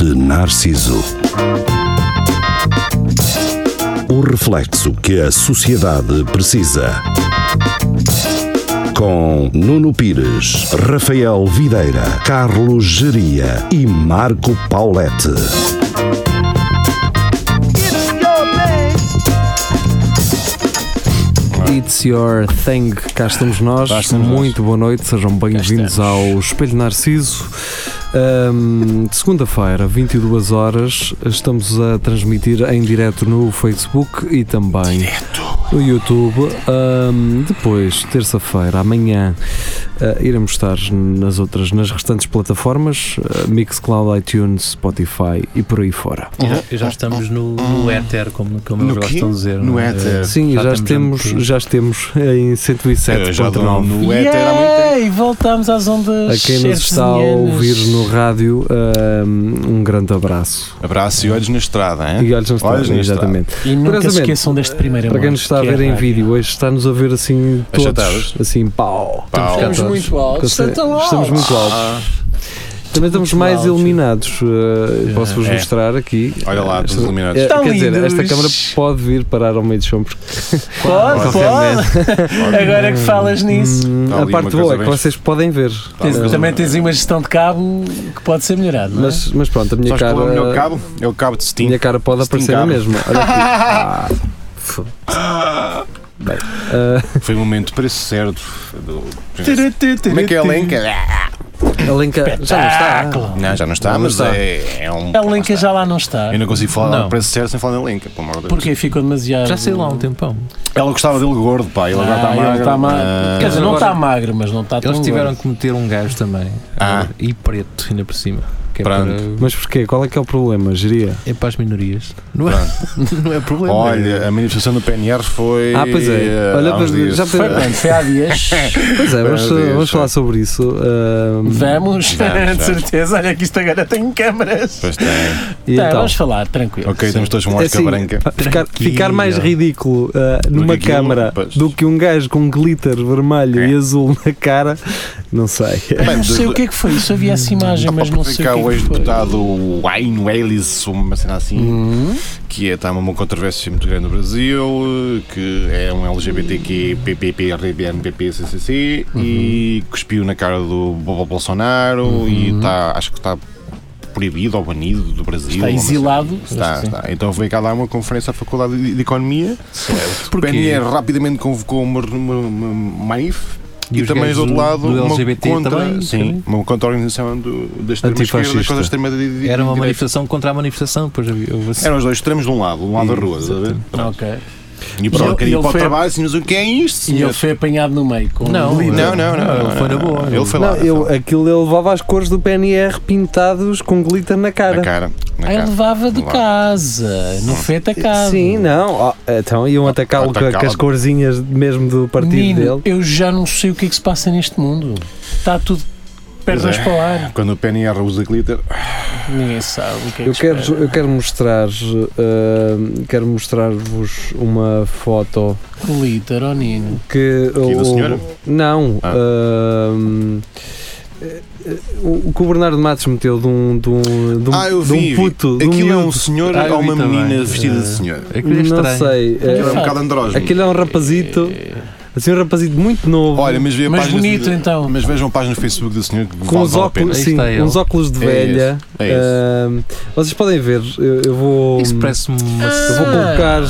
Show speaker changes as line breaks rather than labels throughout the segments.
de Narciso. O reflexo que a sociedade precisa. Com Nuno Pires, Rafael Videira, Carlos Geria e Marco Paulette.
It's Your Thing, cá estamos nós.
Cá estamos nós.
Muito boa noite, sejam bem-vindos ao Espelho Narciso. Ahm, de Segunda-feira, 22 horas, estamos a transmitir em direto no Facebook e também no YouTube. Ahm, depois, terça-feira, amanhã, ah, iremos estar nas outras, nas restantes plataformas, ah, Mixcloud, iTunes, Spotify e por aí fora.
E
Uhum.
já, e já estamos no, no éter, como, como
No
eles
quê?
gostam de dizer.
No
não é?
éter.
Eh,
Sim, já, estamos,
no-
já estamos em
Eu já dou
107.9.
no éter há muito tempo.
Yay! Voltámos às ondas.
A quem nos está a
hertzianas.
ouvir no rádio, um, um grande abraço.
Abraço e olhos na estrada, hein?
E olhos na estrada,
Olhos na estrada.
exatamente.
E nunca se
Curiosamente,
esqueçam deste primeiro
Para quem
amor,
nos está a
que é
ver em
rádio.
vídeo, hoje está-nos a ver assim todos,
Achatados.
assim pau.
Pau.
Estamos muito altos. tá, Estamos muito altos. Também estamos
Muito
mais
altos.
iluminados. uh, Posso-vos
É.
mostrar aqui.
Olha lá, todos
Estamos-
iluminados.
Eh,
Estão
Quer dizer,
lindos.
esta câmara pode vir parar ao meio de chão porque
Pode,
Qualquer
pode. Agora que falas nisso.
Hum,
Está
a
ali uma
parte
coisa
boa é que
bem-
vocês podem ver.
Tens-
Talvez-
também tens aí uma gestão de cabo que pode ser melhorada, não é?
Mas, mas pronto, a minha
Sabes
cara.
qual é o melhor cabo? É o cabo de
A
Steam.
minha cara pode
Steam
aparecer na
cabo.
mesma. Olha aqui. Ah, f- Bem, ah,
Foi o momento preço certo. do-
Turu, turu, turu,
Como é que é a
turu.
Lenca?
a Lenca já não está.
Espetáculo.
Não, já não
Não,
está,
não
mas
está.
é, é um.
A Lenca já lá não está.
Eu não consigo falar
Não.
do preço certo sem falar na Lenca, pelo amor de Deus.
Porque ficou demasiado.
Já sei lá há um tempão.
Ela gostava dele gordo, pá. Ele agora
Ah,
está
ele
magro.
está magro.
tá Ah,
Quer dizer, não
Agora-
está magro, mas não está tão
Eles tiveram
gordo.
que meter um gajo também.
Ah.
agora, E preto, ainda por cima. Que é, para,
Pronto.
Mas porquê? Qual é que é o problema? Geria?
é para as minorias. Não é, não é problema.
Olha, a manifestação do PNR foi.
Ah, pois é.
eh,
Olha,
há uns
pois-
dias.
já
Foi quando? Foi há dias.
Pois é,
Meu
vamos,
Deus,
vamos
pá.
falar sobre isso. ah,
Vamos,
Vamos,
de
vamos.
certeza. Olha que isto agora tem câmaras.
Pois tem.
e
Tá,
então,
vamos falar, tranquilo.
Ok,
Sim.
estamos todos com
é
ótica
assim,
branca.
pá, ficar,
Tranquilo.
ficar mais ridículo ah, numa
aquilo,
câmara
pois.
do que um gajo com glitter vermelho
É.
e azul na cara, não sei.
Bem,
Não sei
de-
o que é que foi isso. Havia essa imagem,
Ah, pá,
mas não
porque
sei
cá
o que
o
é que foi.
ex-deputado Wayne Welles, uma cena assim,
Hum,
que está uma controvérsia muito grande no Brasil, que é um LGBTQ, PPP, RBN, PP, CCC, e
Uhum.
cuspiu na cara do Bo- Bolsonaro e está, acho que está proibido ou banido do Brasil.
Está
ou uma cena-
exilado.
Está,
Sim.
está. Então veio cá dar uma conferência à Faculdade de de Economia. O
Porquê?
PNR rapidamente convocou uma, uma, uma manif.
E
E,
os
também
gajos
do outro
do-
lado,
do
uma
LGBT
contra,
também,
sim, uma contra a organização do, da extrema-esquerda
Antifascista.
contra a extrema-direita.
Era uma manifestação contra a manifestação. Depois havia- houve assim.
Eram os dois extremos de um lado, de um lado da rua, estás a ver?
Ok.
E o
E
pessoal
ele-
queria ir
ele
para o
foi-
trabalho assim, mas o que é isto?
E ele
senhores?
foi apanhado no meio. Com
Não,
um líder.
Não, não, não.
Não, ele
não,
foi na
não,
boa,
não.
ele-
Ele foi
Não,
lá.
eu, aquilo ele levava as cores do PNR pintados com glitter na
Na
cara.
cara. Na
Ah, ele
cara.
levava de
Lá.
casa. Não foi atacado.
Sim, não. ó, então iam atacá-lo com, com as
Atacá-lo.
corzinhas mesmo do partido
Menino,
dele.
eu já não sei o que é que se passa neste mundo. Está tudo pernas
Pois é.
para o ar.
Quando o PNR usa glitter.
Ninguém sabe o que é que
Eu quero,
espera.
eu quero mostrar, eh, quero mostrar-vos uma foto
Glitter, oh Nino.
que
Aqui da
o-
senhora?
não,
Ah.
eh, eh, o que o Bernardo Matos meteu de um, de um, de um,
Ah, eu
de um
vi.
puto, de um
Aquilo é um
miúdo.
senhor
Ah, eu
ou uma
vi também.
menina vestida de
Ah.
senhor?
Aquilo
não
é estranho.
sei, eh,
Aquilo é um
fato.
bocado andrógeno.
aquilo é um rapazito,
É.
assim um rapazito muito novo,
Olha, mas vê a
Mas
página.
bonito então.
Mas vejam a página no Facebook do senhor que
com
vale,
uns
vale a pena.
óculos,
Aí
sim,
está ele.
uns óculos de
É
velha.
esse, é
Ah, vocês podem ver, eu, eu vou.
Isso parece-me uma.
Eu vou
Ah.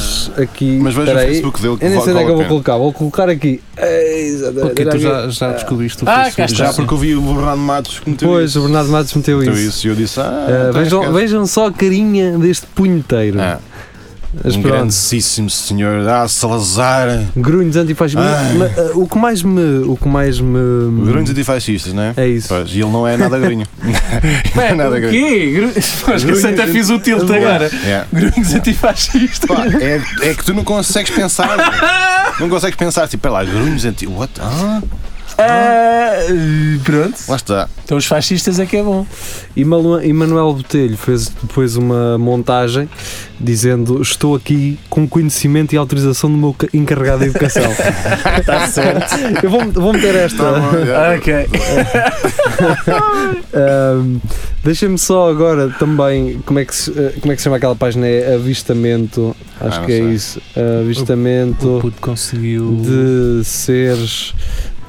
colocar aqui.
Mas vejam o
espera aí.
Facebook dele que
Eu nem
vale
sei onde é que eu vou
vale a pena.
colocar, vou colocar aqui. Ei, exatamente,
Porque
era
tu
aqui.
já, já descobriste o
Ah, cá
Facebook.
está.
Já porque eu vi o Bernardo Matos que meteu
Pois,
isso.
o Bernardo Matos meteu
Meteu
isso.
isso. E eu disse, ah,
Ah,
então
vejam,
é que-
vejam só a carinha deste punheteiro.
Ah,
Mas
um
pronto,
grandíssimo senhor. Ah, Salazar.
grunhos antifascistas.
Ai.
Mas, ah, o que mais me. O que mais me.
Grunhos antifascistas, não é?
É isso.
Pois, e ele não é nada grinho. não é nada
o
grinho.
quê? Gru- Acho que eu até fiz o tilt agora.
É.
Grunhos antifascistas.
Pá, é, é que tu não consegues pensar. não consegues pensar, tipo, pera lá, grunhos anti. What? Ah,
Ah,
eh, pronto.
Lá está.
Então os fascistas é que é bom.
E Malu- e Manuel Botelho fez depois uma montagem dizendo: Estou aqui com conhecimento e autorização do meu ca- encarregado de educação.
Tá
Está certo.
Eu vou, vou meter esta.
Ah,
Ah,
ok.
Ahm, Deixa-me só agora também como é, que se, eh, como é que se chama aquela página? É avistamento. Acho
Ah, não
que é
sei.
isso. Avistamento
O puto conseguiu
de seres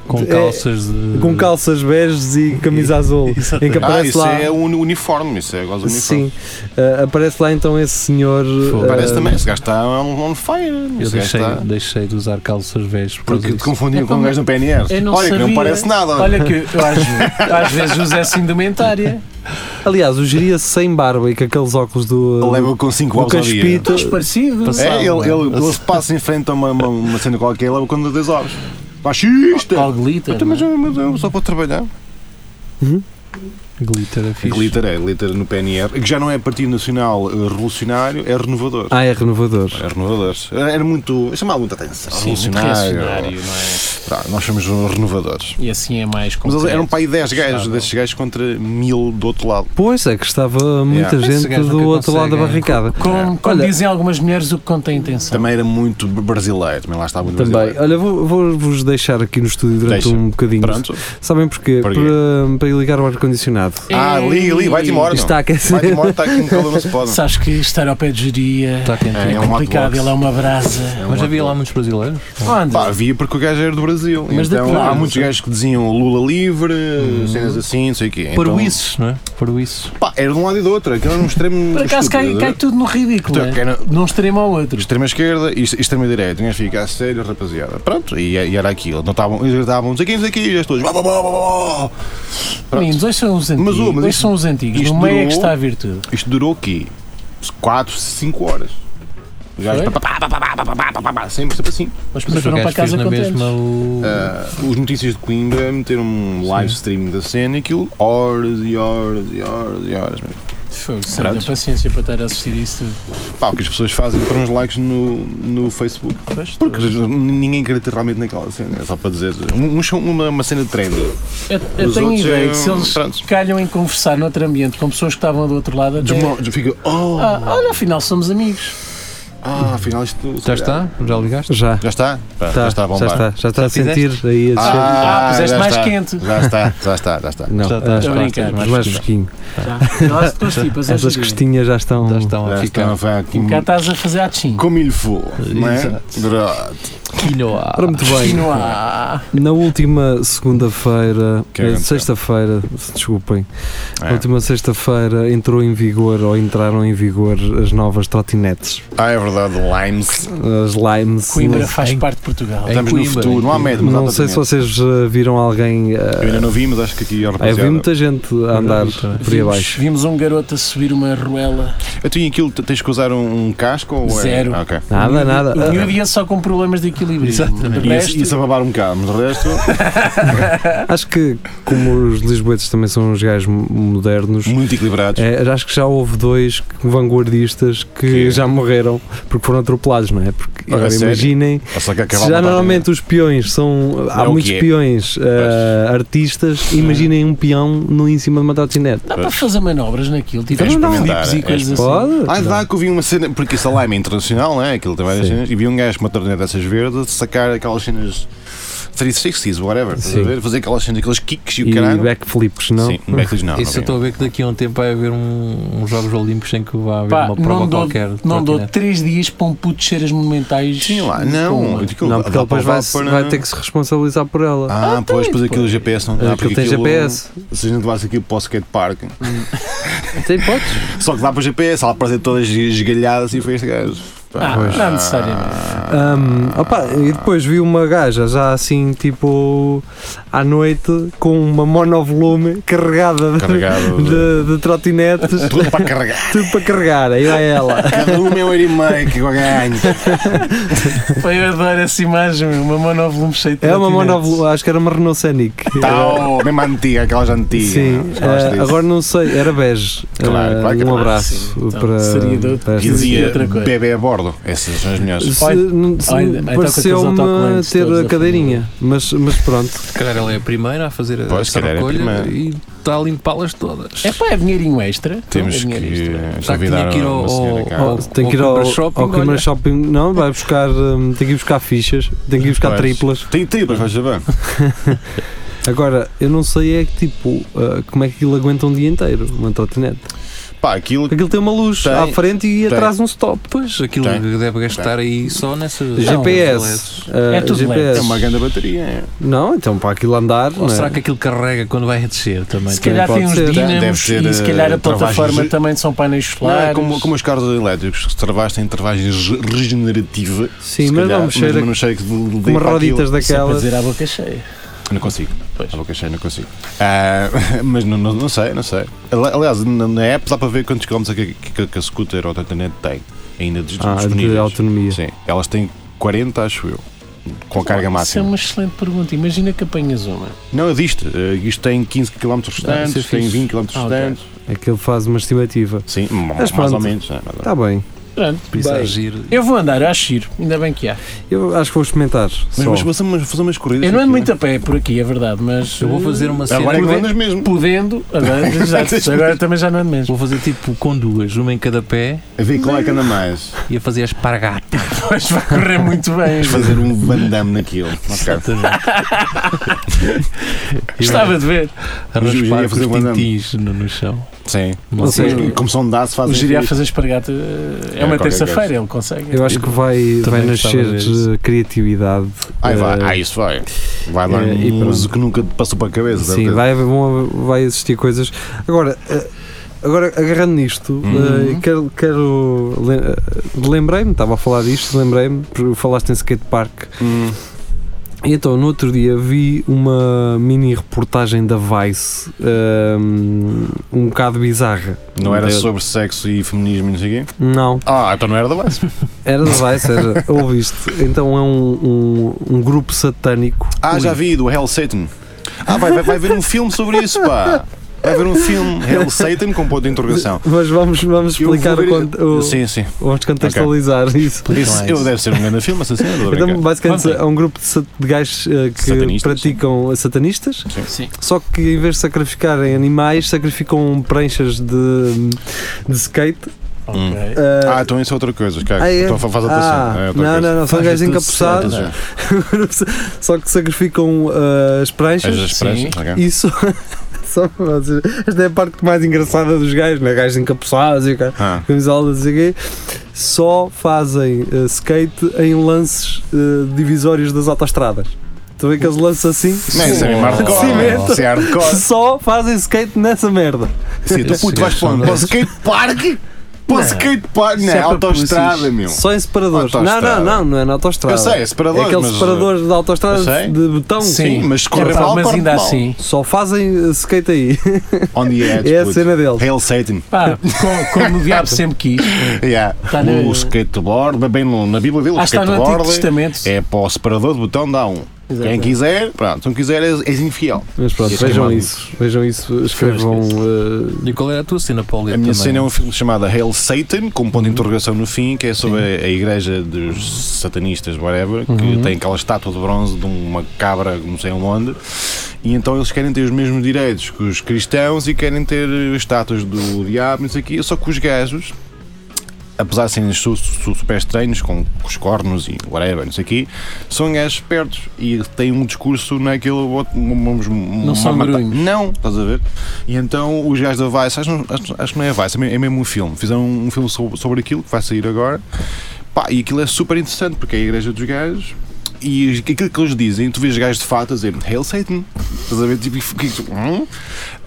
com
de-
calças de.
com calças beges e camisa azul.
Exatamente.
Em que
Ah,
aparece
isso
lá.
é um uniforme, isso é igual ao
Sim,
uniforme.
Ah, aparece lá então esse senhor.
Fogo.
ah,
Parece também, esse gajo está on on fire. Esse
Eu
gajo
deixei,
está.
deixei de usar calças velhas por causa
Porque te
disso.
confundiam
É
com um
como-
gajo do PNR.
Eu não
Olha, que não
sabia.
parece nada.
Olha que eu às, às vezes uso essa indumentária.
Aliás, o geria sem barba e com aqueles óculos do.
Leva com 5
do
ovos ao dia.
Caspito.
parecido.
É, ele,
Sabe,
ele,
não é?
ele se passa em frente a uma, uma, uma cena qualquer, leva quando dois ovos. Fascista!
Ou glitter.
Então, Mas eu, mas eu só vou trabalhar.
Glitter é fixe.
Glitter é, glitter no PNR, que já não é Partido Nacional eh, Revolucionário, é renovador.
Ah, é renovador.
É renovador. Era muito. chamava muita atenção.
Sim, muito reacionário, não é?
Tá, nós somos renovadores.
E assim é mais
Mas um eles
concreto.
eram para aí 10 gajos,
Estável.
desses gajos contra mil do outro lado.
Pois é, que estava muita
Esse
gente
gajo
do
nunca
outro lado da
é.
consegue,
barricada.
Como, como
Olha-
dizem algumas mulheres, o que conta é a intenção.
Também era muito br- brasileiro, também lá estava muito
Também.
brasileiro.
Olha, vou- vou-vos deixar aqui no estúdio durante
Deixa.
um bocadinho.
Pronto.
Sabem porquê?
Porquê?
Para, para ligar o ar-condicionado.
Ah, liga, liga, vai-te embora.
Isto está a aquecer.
Vai-te embora, está aqui um calor, não se pode.
Sabes que estar ao pé de geria
Está quente.
É,
é,
um
complicado,
hotbox.
ele é uma brasa.
É um
Mas havia
ator.
lá muitos brasileiros.
Onde?
Pá, havia porque o gajo era do Brasil.
Mas
então
depende.
há muitos gajos que diziam Lula livre,
Hum.
cenas assim, não sei o quê.
Para
então,
o isso, não é? Para o isso.
Pá, era de um lado e do outro. Aquilo era um extremo.
Por acaso cai,
estúpido.
cai tudo no ridículo.
né? Então,
é?
quem não-
De um extremo ao outro.
Extrema esquerda e ex- extrema direita. Um gajo fica a sério, rapaziada. Pronto, e, e era aquilo. Não estavam, eles gritavam, não sei quem, não sei quem, e as todos. "Bá, bá, bá, bá, bá". Pronto.
Meninos, hoje são os antigos.
Mas, oh, mas
hoje
isto-
são os antigos.
isto
No meio é que
durou-
está a virtude.
Isto durou o quê? 4, 5 horas. Os gajos.
Foi?
pá, pá, pá, pá, pá, pá, pá, pá, pá, pá, Sempre, sempre assim.
Mas
Mas
depois
o
foram
gajo
para
fez
casa
na
contentes.
mesma o.
Ah, os Notícias de Coimbra meteram um live stream da cena e aquilo horas e horas e horas e horas. meu.
Foi, sem
Pronto.
paciência para estar a assistir isso tudo.
Pá, o que as pessoas fazem para uns likes no, no Facebook. Porque n- ninguém acredita realmente naquela cena. É só para dizer. um- Uns são uma, uma cena de trend.
Eu, eu
Os
tenho
outros
ideia
é
que se
um-
eles
pronto.
calham em conversar noutro ambiente com pessoas que estavam do outro lado, até.
Desmo- Fica, oh,
Ah, olha, afinal somos amigos.
ah, afinal isto.
Já está? Já ligaste?
Já.
Já está? Pá,
Tá,
já está a bombar.
já está, já está a sentir
fizeste?
aí a descer.
Ah, puseste
já
mais
está.
quente.
Já está, já está, já está.
Não,
Já
ah,
estás
a
É
brincar,
mas
mais
mais
fresquinho.
fresquinho.
Já. Lá se constipas, é
Estas
giro.
costinhas já estão.
Já estão
Já
a
está,
ficar.
vá,
Um
como,
Cá estás a fazer a tchim.
como ele for. Não é?
Exato.
Drote.
Quinoa.
Ora, muito bem.
Não há.
Na última segunda-feira,
Que é
eh,
grande
sexta-feira, se desculpem, na
É.
última sexta-feira entrou em vigor ou entraram em vigor as novas trotinetes,
Ah, é verdade, Limes.
as limes.
Coimbra
Não-
faz
Em-
parte de Portugal.
Em
Estamos no
Coimbra,
futuro,
em
não há
Coimbra.
medo. mas
Não,
há
sei se
tratamento.
vocês eh, viram alguém. eh,
Eu ainda não vi, mas acho que aqui é
ah, eu vi
rapaziada.
muita gente a andar
vi também.
por aí abaixo.
Vimos um garoto a subir uma ruela.
Eu tenho aquilo, t- tens que usar um, um casco ou é-
Zero.
Ah, ok.
Nada, nada.
O
Ah,
miúdo ia só com problemas de equilíbrio.
Exatamente.
De
E esse-
resto,
isso a babar um bocado, mas o resto.
Ah, Acho que, como os lisboetas também são uns gajos mo- modernos.
Muito equilibrados.
eh, acho que já houve dois que- vanguardistas que
Que-
já morreram porque foram atropelados, não é? Porque
Ah,
agora
sério?
imaginem
Só que
Se
acaba a
É. já
vontade,
normalmente os peões são. Há
o
muitos
que é. Hum.
peões eh, artistas. Imaginem um peão no, em cima de uma trotinete.
Dá para fazer manobras naquilo.
É
Tivemos
experimentar,
flips
é
e coisas assim.
Pode?
não é? Ah, dá que eu vi uma cena, porque isso a Lime é internacional, não é? Aquilo tem várias
Sim.
cenas. E vi um gajo com uma torneira dessas verdes sacar aquelas cenas 360s, whatever. estás a
Sim.
ver? Fazer aquelas cenas, aqueles kicks e o
E
caralho.
backflips, não?
Sim, backflips não.
Isso eu
não
estou a ver que daqui a um tempo vai haver um, uns Jogos Olímpicos em que vai haver
Pá, não
uma prova
dou,
qualquer. de
não dou
trotinete.
três dias para um puto de cheiras monumentais.
Sim, lá,
com
não.
uma.
aquilo
não,
dá-
porque
dá
ele depois
para
vai,
levar
vai
para-
ter que se responsabilizar por ela.
né? Ah, pois, pois aquilo GPS não dá.
Aquilo
porque
tem
aquilo-
GPS.
Se a gente levasse aquilo para o skatepark.
Tem hipóteses.
Só que dá para o GPS, ela aparece toda esgalhada e foi este gajo. Pá, Ah,
Ah,
pois.
não necessariamente.
Hum, opa, e depois vi uma gaja já assim, tipo, à noite, com uma monovolume carregada de,
Carregado.
de, de trotinetes.
Tudo para carregar.
Tudo para carregar, aí vai ela.
Cada uma é um euro e meio que eu ganho.
Pá, Eu adoro essa imagem, meu, uma monovolume cheia de
É uma
trotinetes.
monovolume, acho que era uma Renault Scenic.
Tá Tal, mesmo a antiga, aquelas antigas.
Sim,
Gosto
eh,
disso.
agora não sei, era bege.
Claro,
Eh,
é claro que é
um
era
abraço
bege, sim. Então,
para,
seria de outro
para
Dizia
outra coisa.
bebê a bordo. concordo. Essas são as melhores.
Se-
Olha,
n- se-
olha, então com aqueles
Pareceu-me
autocolantes
ter
todos
a
a
cadeirinha, mas, mas pronto.
Se calhar ela é a primeira a fazer a
Pois, se
essa
calhar é a
recolha
primeira.
e está a limpá-las todas.
É pá, é dinheirinho extra.
Temos
é
que
dinheiro extra.
né?
eh,
Já que
convidar
tinha que ir ao-
uma senhora
Ah,
cá.
ao-
Oh, tem que ir
ao
ao,
Coimbra Shopping,
ao Coimbra
olha.
Shopping. Não, vai buscar, hum, tem que ir buscar fichas, tem que ir buscar
Pois.
triplas.
Tem triplas, vais saber.
Agora, eu não sei é que tipo, ah, como é que aquilo aguenta um dia inteiro, uma trotinete.
Pá, aquilo
Porque aquilo tem uma luz
Tem,
à frente e
tem.
atrás um stop.
Pois, aquilo
Tem.
que deve gastar aí só nessas.
GPS.
É
ah,
tudo
GPS.
LED.
é uma grande bateria.
Não, então para aquilo andar.
Ou
não é?
será que aquilo carrega quando vai a descer também?
Se calhar
pode
tem uns
ser.
Deve
dínamos
ser,
e se
eh,
calhar a
travagens
plataforma
de-
também são painéis
Não, é
solares.
como, como os carros elétricos, se travaste em travagem re- regenerativa.
Sim,
se
mas
calhar,
não mexer
mas
a-
não sei que de, de,
umas
para aquilo.
roditas
Isso é para
daquelas.
dizer à boca cheia.
Não consigo.
Pois.
A boca cheia, não consigo. Ah, mas não, não, não sei, não sei. Ali- Aliás, na, na app dá para ver quantos quilómetros é que, que, que a scooter ou a internet tem. Ainda dis-
Ah, de
disponíveis.
autonomia.
Sim, elas têm 40, acho eu. Com a carga
Isso é
máxima.
uma excelente pergunta. Imagina que apanhas uma.
Não, existe. Eh, Isto tem 15 km
Ah,
isso é
restantes, tem
fixe.
20 km restantes.
Aquilo faz uma estimativa.
Sim, ma-
Mas
mais
pronto. Tá
ou menos. né? Mais ou menos.
Está bem.
Pronto.
Precisa agir.
Eu vou andar, eu acho giro. Ainda bem que há.
Eu acho que vou experimentar.
Mas,
só.
mas fazer umas, fazer umas corridas.
Eu não ando
aqui,
muito a pé por aqui, é verdade, mas.
Eu vou fazer uma
né?
cena.
Agora é que
Vou-
andas mesmo.
Podendo, agora, exato, agora também já não ando mesmo.
Vou fazer tipo com duas, uma em cada pé
A ver qual é que anda mais.
e a fazer as espargata.
Mas vai correr muito bem.
Vais fazer um bandame naquilo. Ok.
Gostava de ver.
A
Eu já
raspar
ia
com
fazer um
os
andame.
tintins no, no chão.
Sim.
Não sei.
Sim, Como são dados,
O
fazem.
Giri a fazer espargata eh, é,
É,
uma
qualquer
terça-feira, ele consegue.
Eu acho que vai, vai
Também gostava
nascer
de ver isso.
eh, criatividade.
Ai, é vai.
eh,
Ah, isso vai. Vai dar
É, e
um
pronto.
uso que nunca te passou para a cabeça.
Sim,
certeza.
vai, haver- vão- vai existir coisas. Agora, eh, agora agarrando nisto,
Uhum.
eh, quero. quero le- eh, lembrei-me, estava a falar disto, lembrei-me, porque falaste em skatepark.
Hum,
E então, no outro dia, vi uma mini reportagem da Vice, eh, um bocado bizarra.
Não era sobre sexo e feminismo e não sei o quê?
Não.
Ah, então não era da base.
Era do Vice, era, ouviste. Então é um, um, um grupo satânico.
Ah, já
Ui.
vi, do Hell Satan. Ah, vai, vai, vai ver um filme sobre isso, pá. Vai ver um filme Hell Satan com um ponto de interrogação.
Mas vamos, vamos
Eu vou
explicar o,
ver-
cont- o-
Sim, sim.
Vamos contextualizar isso.
Isso,
Então é
eu
isso.
deve ser um grande filme, assim, sim, estou a brincar.
Então, basicamente,
Ontem.
é um grupo de, sat- de gajos eh, que
Satanistas,
praticam satanistas,
Sim.
só que em vez de sacrificarem animais, sacrificam pranchas de, de skate.
Ok.
Eh,
Ah, então isso é outra coisa, cara.
Ah, é?
Então fa- faz outra
Ah,
cena. É outra
não,
coisa.
não, não, são
Faz
gajos
tudo
encapuçados,
né?
certo.
só que sacrificam eh, as pranchas.
As expressas, ok.
Isso. Só, vocês- esta é a parte mais engraçada dos gajos, né? Gajos encapuçados e o cara.
Ah,
camisolas, não sei o quê, só fazem eh, skate em lances eh, divisórios das autostradas. Estão a ver aqueles lances assim?
Não, isso é mesmo hardcore.
Sim,
né?
mesmo.
Isso é hardcore.
Só fazem skate nessa merda.
Sim, tu puto, vais para um, onde? Para o skatepark? Para o skatepark?
Isso
Não,
é para
autoestrada, meu.
Só em separadores. Não,
Autoestrada.
não, não, não é na autostrada.
Eu sei, é
É
separador.
aqueles separadores de
eu
autostrada
sei.
de botão.
Sim, mas se correr
Epá,
mal,
mas
corre
ainda
mal.
assim.
Só fazem eh, skate aí.
On the edge.
É a
puto.
cena deles.
Hail Satan.
Pá, com- como o diabo sempre quis.
Yeah.
Tá na-
O skateboard, bem no- na Bíblia dele, o
Ah, está no Antigo
skateboard
Testamento.
é para o separador de botão, dá um. Quem
Exatamente.
quiser, pronto, se não quiser, és, és infiel.
Mas pronto,
Isso é
vejam
maluco.
isso. Vejam isso, escrevam. eh,
E qual era a tua cena, Paulo?
A minha cena é um filme chamado Hail Satan, com um ponto de interrogação no fim, que é sobre a, a igreja dos satanistas, whatever, que tem aquela estátua de bronze de uma cabra, não sei onde, e então eles querem ter os mesmos direitos que os cristãos e querem ter estátuas do diabo, não sei o quê, só que os gajos. Apesar de serem su- su- super estranhos, com os cornos e whatever, não sei o quê, são gajos espertos e têm um discurso naquele. um, Não
são grunhos.
não, estás a ver? E então os gajos da Vice, acho, acho- acho que não é a Vice, é me- é mesmo um filme. Fizeram um filme sobre, sobre aquilo que vai sair agora. Pá, e aquilo é super interessante porque é a igreja dos gajos. E aquilo que eles dizem, tu vês gajos de fato a dizer Hail Satan, estás a ver? Tipo, e fico- hum?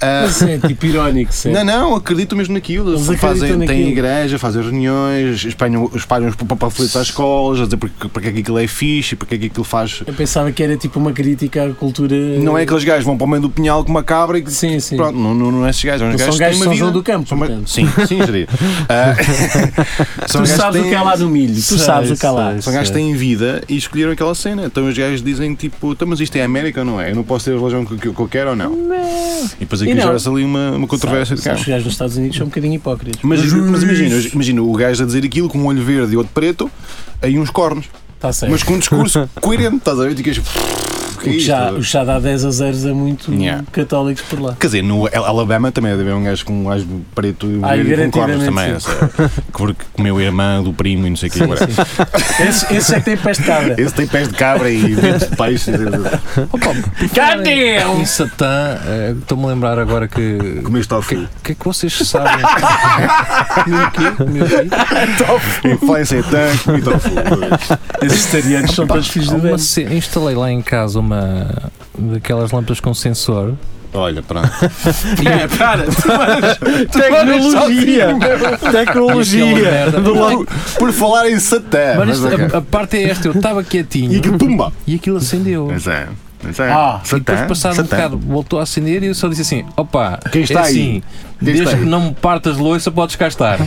Ah,
Mas é tipo irónico, sempre.
não, não, acredito mesmo naquilo.
Eles
fazem,
acreditam
Têm
naquilo.
igreas, fazem reuniões, espalham, espalham os pa- panfletos às escolas, a dizer porque, porque é que aquilo é fixe, porque é que aquilo faz.
Eu pensava que era tipo uma crítica à cultura.
Não é aqueles gajos que vão para o meio do pinhal com uma cabra e que
Sim, sim.
Pronto, não, não, não é esses gajos, é uns
Não
gajos
são
que têm
gajos de
uma
São
vida.
João do Campo,
São uma-
portanto.
Sim, sim, seria. Ah, são
Tu
gajos
sabes o
têm-
que há lá no milho, tu
Sei,
sabes o que há lá.
sei.
São gajos que têm vida e escolheram aquela cena. Então os gajos dizem tipo, então, mas isto é América ou não é? Eu não posso ter a religião que, que, que eu quero ou não? E depois aqui
E não.
gera-se ali uma, uma controvérsia de
Sabe,
carro.
Os gajos nos Estados Unidos são um bocadinho hipócritas.
Mas, mas imagina, imagina o gajo a dizer aquilo com um olho verde e outro preto, aí uns cornos,
Está Tá certo.
mas com um discurso coerente, estás a ver? E tu queres, "Pff, que é
É. o, que
isto?"
já, o que já dá 10 a 0 a muito
Yeah.
católicos por lá.
Quer dizer, no Al- Alabama também deve haver um gajo com um gajo preto e um
Ai,
verde com cornos
garantidamente sim.
também, essa, é. porque comeu a irmã do primo e não sei o que.
Esse, esse é que tem peste de cabra.
Esse tem pés de cabra e dentes de peixe.
Cadê?
E Satã, eh, estou-me a lembrar agora que.
Comeste
O que,
tofu.
que é que vocês sabem? Comi o quê? Comi o quê?
Inflai Satã, comi tofu.
Esses estarianos são todos filhos
Há
do
uma
bem.
ce- Instalei lá em casa uma daquelas lâmpadas com sensor.
Olha, pronto.
É, para,
Tecnologia!
E aquela
Tecnologia!
merda-
Do lado.
Por falar em Satã.
Mas
mas
isto-
ok.
a, a parte é esta, eu estava quietinho
E aquilo, pumba.
e aquilo acendeu.
Mas é. Mas é.
Ah,
E depois passado um bocado voltou a acender e eu só disse assim: opa,
Quem está
é
aí?
assim,
Quem
desde
está aí?"
que não me partas loiça podes cá estar.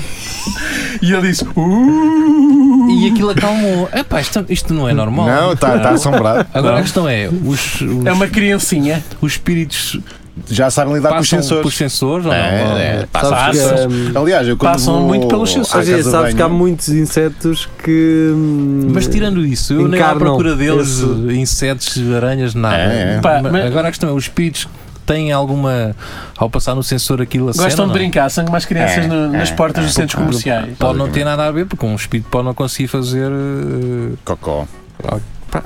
E ele disse:
"Uh." E aquilo acalmou. Epá, isto, isto não é normal.
Não, está tá assombrado.
Agora a
Não.
questão é, os, os,
É uma criancinha.
os espíritos
Já sabem lidar Tá com os
passam
sensores.
pelos sensores ou não?
É, é, passa.
Sabes que,
Passam.
hum,
Aliás, eu quando
Passam
vou
muito pelos sensores.
à
Ou seja,
casa de
sabes que há
banho-
muitos insetos que. hum,
Mas tirando isso, eu nem à
Encarnam
procura deles,
esse-
insetos, aranhas, nada.
É, é.
Pá,
Mas
mas-
Agora a questão é, os espíritos têm alguma. ao passar no sensor aquilo acende
Gostam
ou
de
não? é?
brincar, são como as crianças
É,
no- nas
é,
portas
é,
dos centros
é.
comerciais.
Pode não ter nada a ver, porque um espírito pode não conseguir fazer. eh,
Cocó.
pá,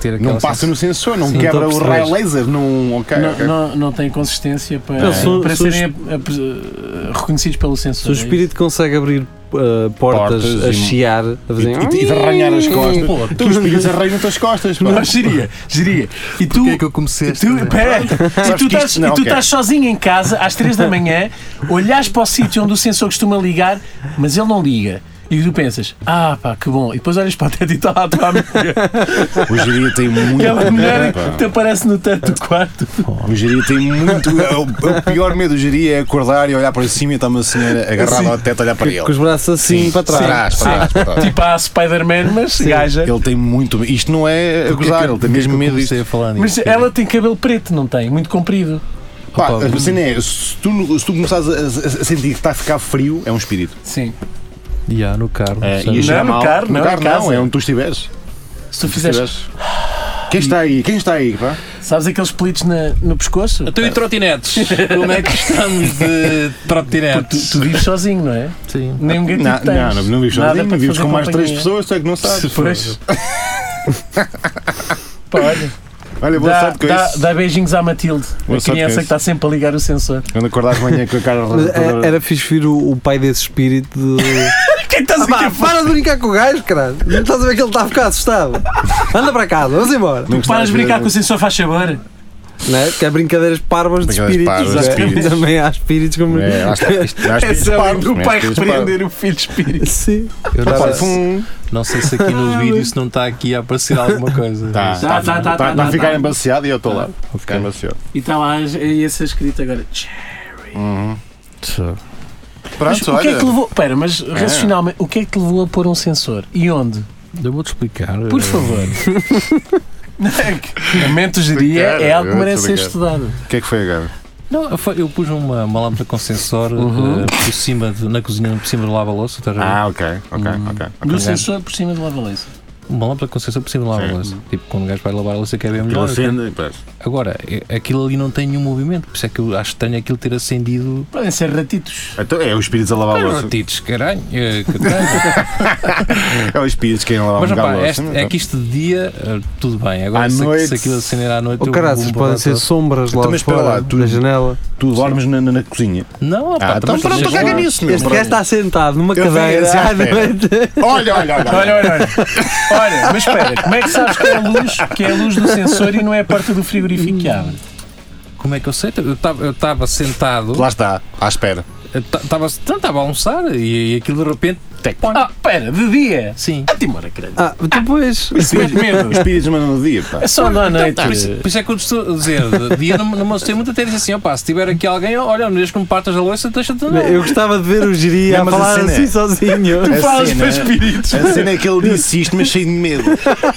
ter
Não
aquela
passa
sensação.
no sensor, não
Sim,
quebra
estou a
o
perceber.
raio laser. Não. Ok,
Não,
ok.
não, não têm consistência para,
Não, sou-
para
sou
serem ap- ap- reconhecidos pelo é
Se o
sensor.
espírito consegue abrir uh, portas,
Portas
a
e-
chiar, a fazer.
E, e de arranhar as costas. Tu os espíritos arranham-te as costas. pá.
Não, geria, geria. E tu.
Porquê é que eu comecei
e tu-
esta-
pera, e
Sabes
tu
que
estás,
isto não,
e tu
ok.
estás sozinho em casa às 3 da manhã, olhas para o sítio onde o sensor costuma ligar, mas ele não liga. E tu pensas, ah pá, que bom. E depois olhas para o teto e está lá a tua amiga.
O geria tem muito.
Aquela É mulher
É, Pá.
que te aparece no teto do quarto.
O geria tem muito. é O, o pior medo do geria é acordar e olhar para cima e está uma senhora agarrada ao teto a olhar para ele.
Com os braços assim para trás.
Para trás, para trás, para trás.
Tipo a Spider-Man, mas gaja.
Ele tem muito. Isto não é
Porquê é
acusar,
que
ele
eu-
tem
porquê é que
mesmo
eu
medo disto. eh,
comecei a falar nisso?
Mas ela tem cabelo preto, não tem? Muito comprido.
Pá,
Opa,
a cena é: se tu, se tu começares a, a- a sentir que está a ficar frio, é um espírito.
Sim.
E há no carro.
É,
eh, E a
percebes?
chegar
no carro,
no
não,
carro
em
não,
casa.
é onde tu estiveres.
Se tu
Tu
fizeres.
estiveres. Quem está aí? Quem está aí? Pá?
Sabes aqueles pelitos na- no pescoço?
Então e trotinetes? Como é que estamos de
Tu,
trotinetes?
tu vives sozinho, não é?
Sim.
Nem um gatinho
Não,
tens.
não, não, não vives
Nada
sozinho,
para te
vives
fazer
com mais três
companhia.
pessoas, tu é que não
Tá,
sabes.
Pois. Pá, olha,
Olha, boa
dá,
sorte com
dá,
isso.
dá beijinhos à Matilde,
Boa
a
sorte com
criança
isso.
que está sempre a ligar o sensor.
Quando acordares de manhã com a cara
Mas é-
toda-
Era fixe vir o, o pai desse espírito de.
Quem é estás
Ah, pá, para de brincar com o gajo, caralho. Não estás a ver que ele está a ficar assustado. Anda para casa, vamos embora.
Não
Paras
gostaste
de
de-
brincar com o sensor, faz sabor.
Não é? Que há brincadeiras parvas de
Brincadeiras
espíritos.
parvas de
não é?
espíritos.
Também há espíritos como.
É, lá está, isto- lá está, isto parvo, não é? Isto parvo.
o filho espírito.
Sim.
Eu
Pá, um-
não, sei,
fum.
não sei se aqui no vídeo se não está aqui a aparecer alguma coisa.
Tá,
Isso.
tá,
tá,
tá,
tá,
tá,
tá,
tá a
tá,
ficar
tá.
embaciado e eu estou lá. Vou ficar
Ok.
embaciado.
E está lá e essa escrita agora. Tá. Mas
Uhum. Pronto,
o que é
olha.
que te levou? Pera, mas racionalmente, o que é que te levou a pôr um sensor? E onde?
Eu vou-te explicar.
Por
eh,
favor. a mentogeria
Obrigado,
é algo que
muito
merece ser
obrigado.
estudado.
O que é que foi agora?
Não, foi- eu pus uma, uma lâmpada com sensor eh,
Uhum.
por cima de- na cozinha, por cima do lava-louça. estás a ver?
Ah, ok, ok, ok. ok.
Do sensor por cima do lava-louça.
Uma lâmpada com sensor por cima do lava-louça. Tipo, quando o gajo vai lavar a louça, quer ver
Ele
melhor.
acende, pois.
Agora, eh, aquilo ali não tem nenhum movimento, por isso é que eu acho estranho aquilo ter acendido.
Podem ser ratitos.
Então é o espírito a lavar a louça.
Ratitos, caralho, eh, que
um
caralho.
É o espírito que é a lavar
Mas
um bocado a
rapaz,
louça.
este-
mas
é
pronto.
que isto de dia, eh, tudo bem.
À
Agora, se,
noite-
se aquilo acender à noite,
Oh,
eu
caralho,
vou-me
podem
barrar
ser
todo.
sombras lá
Então, mas espera
fora,
lá, tu-
da janela.
Tu dormes na, na, na cozinha.
Não,
Ah,
pá,
então
também
pronto,
seja-
caga nisso, meu.
Este gajo está sentado numa
Eu "Ah, tenho
cadeira
esse
à
aspecto.
noite.
Olha, olha, olha.
Olha, olha, olha. Olha, mas espera, como é que sabes que é a luz, que é a luz do sensor e não é a porta do frigorífico que abre?
Como é que eu sei? Eu estava eu tava sentado,
Lá está, à espera.
estava a almoçar e, e aquilo de repente
Tec.
Ah, pera, de dia.
Sim.
A Timora Grande.
Ah, depois.
Os espíritos mandam no dia, pá.
É só não à
Então
noite.
tá,
Por isso, por isso é que eu te estou a dizer, de dia não, não me assustei muito até disse assim, opá, se tiver aqui alguém, olha, desde que me partas a louça, deixa-te andar.
Eu gostava de ver o Giri
Não,
a
mas
falar
a cena
assim
é-
sozinho.
A
falas
cena-
para espíritos.
A cena é que ele disse isto, mas cheio de medo.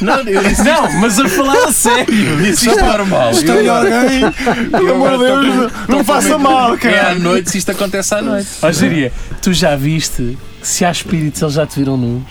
Não, eu disse
Não, mas a falar a sério.
isso isto é normal.
Isto é alguém, pelo amor de Deus, não faça mal,
É à
cara.
noite, se isto acontece à noite.
Ó, diria, tu já viste que se há espíritos eles já te viram nu?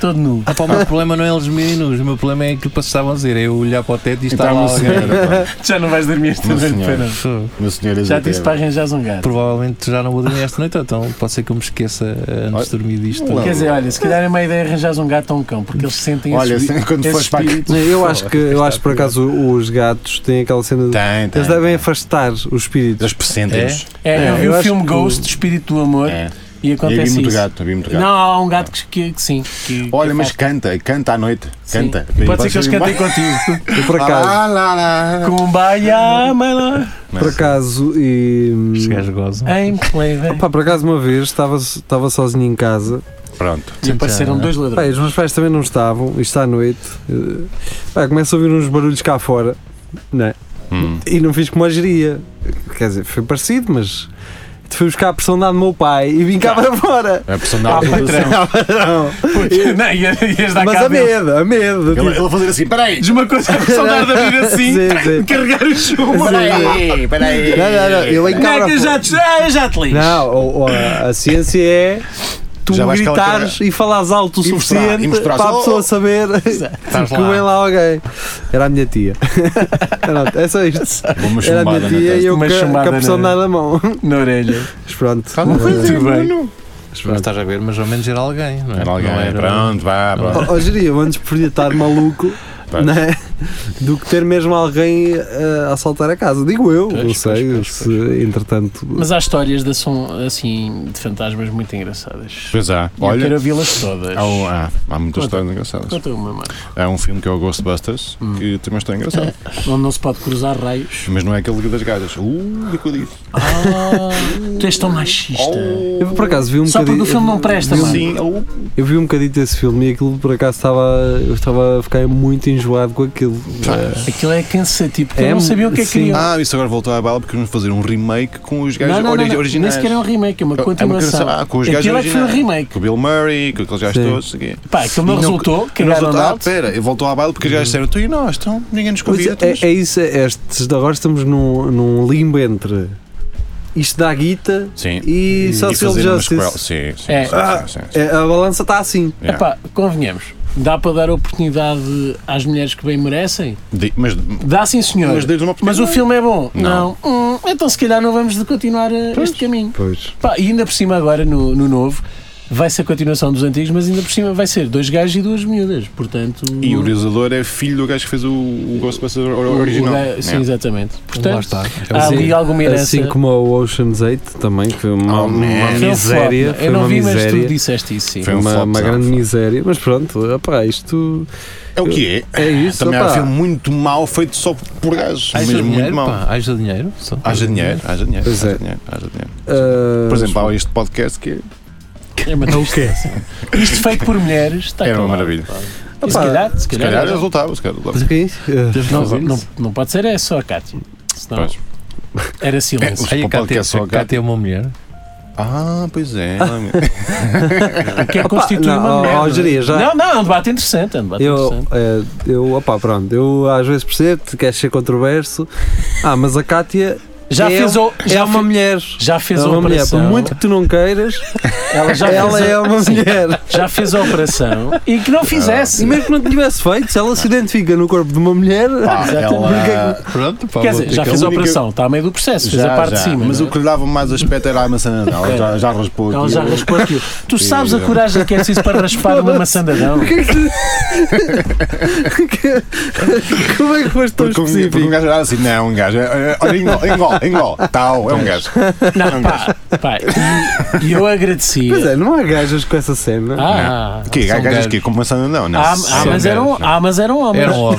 Todo nu.
Ah, pá, o meu problema não é eles meninos, o meu problema é aquilo que passavam a dizer, é eu olhar para o teto e estar
Está
lá
uma
alguém.
senhora, pá.
Já não vais dormir esta
Não,
noite,
senhora.
pera.
Uma senhora
Já
até-
disse para arranjares um gato.
Provavelmente já não vou dormir esta noite, então pode ser que eu me esqueça eh, antes de dormir disto.
Não.
Quer dizer, olha, se calhar é uma ideia arranjares um gato ou um cão, porque eles sentem
Olha,
esses-
assim, quando
esses
fores para aqui-
espíritos.
Eu acho que, eu acho que por acaso os gatos têm aquela cena. De...
Tem,
Eles
tem.
devem afastar os espíritos.
Eles persentem-nos.
É, eu
É,
vi
eu
o
acho
filme
que-
Ghost, Espírito do Amor,
É.
e
E havia
acontece
muito
isso.
gato, havia muito gato.
Não, há um gato que, que, que sim. que-
Olha,
que
mas
faz-
canta, canta à noite.
sim.
Canta.
Pode ser que eles cantem contigo.
Eu por acaso,
Lá, lá, lá.
Kumbaya, ah, my love,
por acaso e.
Estes gajos gozam.
I'm playing.
Pá, por acaso uma vez estava, estava sozinho em casa.
Pronto.
E apareceram dois
Pá,
ladrões.
os meus pais também não estavam, isto à noite. eh, Pá, começo a ouvir uns barulhos cá fora. Né?
Hum.
E não fiz como a geria. Quer dizer, foi parecido, mas fui buscar a personalidade do meu pai e vim cá
Tá.
para fora.
A
Ah,
personagem.
patrão.
Não,
Não, ia- ias
Tá
dar
mas
cabo
a
dele.
medo, a medo.
Ele,
tipo,
ele a fazer assim, peraí.
De uma coisa é a saudar da vida assim,
Sim, sim.
carregar o chumbo.
Peraí,
Não,
peraí.
não, não, ele em
Não é
cabra
que eu já te, ah, eu já te ligo.
Não, ou- ou a, a ciência é tu
Já vais
gritares e falares alto o
E mostrar,
suficiente
e mostrar.
para a
Oh,
pessoa
oh.
saber que
tipo,
lá.
vem lá alguém. Era a minha tia. Pronto, é só isto.
Uma
Era a
chumbada
minha
na
tia e
testa.
eu
Uma
ca- com
chumbada
a personalidade na mão.
Na orelha.
Mas pronto.
Muito bem.
Mas estás a ver, mas ao menos era alguém. Não é?
Era
Não
alguém.
era-
Pronto, vá, pronto.
Ó, ó, Jeria, eu antes preferia estar maluco
Pois.
né, do que ter mesmo alguém eh, a assaltar a casa. Digo eu, não
Pois,
sei
pois, pois,
se entretanto.
Mas há histórias de som, assim, de fantasmas muito engraçadas.
Pois há.
E Eu quero
Olha.
ouvi-las todas.
Há, um- há-
Conta.
há muitas
Hum.
histórias engraçadas.
Conta uma, mano.
Há um filme que é o Ghostbusters, que também está engraçado.
Onde não se pode cruzar raios.
Mas não é aquele das gajas. Uh, o que eu disse?
Ah, tu és tão machista.
Oh.
Eu por acaso vi um
Só porque
bocadinho.
o filme não presta,
vi um-
mano.
Sim, oh.
Eu vi um bocadinho desse filme e aquilo por acaso estava. Eu estava a ficar muito enjoado com aquilo. Eh,
Aquilo é cansativo, porque
É,
eu não sabia o que é que
sim.
queriam.
Ah, isso agora voltou à bala porque vamos fazer um remake com os gajos
não, não, não,
ori-
não. Nem
originais.
sequer é um remake, é uma
É uma
continuação.
criança- ah, com os gajos
Aquilo é que foi um
originais.
remake.
Com o Bill Murray, com aqueles gajos
Sim.
todos. aqui.
Pá, aquilo não
E
resultou,
e não
cagaram
resultou.
na
Ah, pera, voltou à baila porque os gajos disseram, tu e nós, então, ninguém nos
Pois
convida.
é,
estamos-
é isso, é, estes de agora estamos num, num limbo entre isto dá guita
Sim.
e, social
fazer umas
justice.
quel- Sim, sim,
É.
sim, sim, sim, sim.
É, a balança está assim.
É
Yeah.
pá, convenhamos. Dá para dar oportunidade às mulheres que bem merecem?
Di- Mas,
Dá sim, senhor.
mas
Mas,
deles uma
o filme é bom?
Não.
Hum, então, se calhar, não vamos de continuar eh, este caminho.
Pois.
Pá, e ainda por cima, agora no, no novo, vai ser a continuação dos antigos, mas ainda por cima vai ser dois gajos e duas miúdas. Portanto.
E o realizador é filho do gajo que fez o, o Ghostbusters or-
o- o
original. É.
gajo- Sim,
Yeah.
exatamente.
Lá
Portanto,
está.
há
Assim-
ali alguma herança.
Assim como o Ocean's 8 também, que foi uma,
Oh,
uma
man.
Foi um
miséria.
flop, não é?
Foi
Eu não
uma
vi, mas tu
miséria.
disseste isso, sim.
Foi um
uma,
flop,
uma
não,
grande
foi.
miséria, mas pronto, opá, isto
É o que é.
é isso.
Também há um
opá.
filme muito mau feito só por gajos.
Haja
Mesmo muito
dinheiro,
mau.
pá, haja dinheiro. só.
Haja dinheiro, haja dinheiro,
Pois é.
haja dinheiro, haja dinheiro.
Ah,
Por exemplo, há este podcast que é-
É uma tristeza. Isto feito por mulheres está
era uma
calado.
maravilha.
E Se
Opa,
calhar, se
Se
calhar,
calhar resultava, se calhar resultava.
mas o que é isso? Ah,
Tens
Não,
razão.
não, não pode ser, é só a Cátia. Senão
Pois.
era silêncio.
Aí a
Pode que é
Cátia,
só a
a Cátia é uma mulher.
Ah, pois é.
O que é que constitui
Ah, não,
uma
ó,
mulher?
ó, Jeria, já-
Não, não, é um debate interessante. É um debate
Eu,
interessante.
eh, eu, opá, pronto, eu às vezes percebo, que queres ser controverso. Ah, mas a Kátia
Já
é,
fez o. Já
é uma
fe-
mulher.
Já fez
é
a
uma mulher, por
operação.
muito que tu não queiras,
Ela já
ela
fez, a-
é uma mulher.
já fez a operação e que não fizesse.
E mesmo que não tivesse feito, se ela se identifica no corpo de uma mulher,
ela...
Pronto, pá,
é Quer
vou
dizer,
ter
já
que-
fez a
única-
operação, está a meio do processo, fez a parte de cima.
Mas
não
o
é?
que lhe dava mais aspecto era a maçã de Ela já, já raspou
Ela
aqui.
já raspou aquilo. Tu sabes a
Sim.
coragem que é preciso para raspar uma maçã de Adão?
como é que foste tão
Porque um, porque um
específico?
tipo, gajo era assim, não, um gajo, um é, é, olha, engole, engole, Engol, tal, é um gajo.
Não, pá, pá, e- e eu agradeci.
Pois é, não há gajas com essa cena.
Ah,
Que
são
gajas
gajos.
que como maçã não, não.
Ah, ah,
São
mas eram,
gajos, não.
ah, mas eram homens.
Era um homem.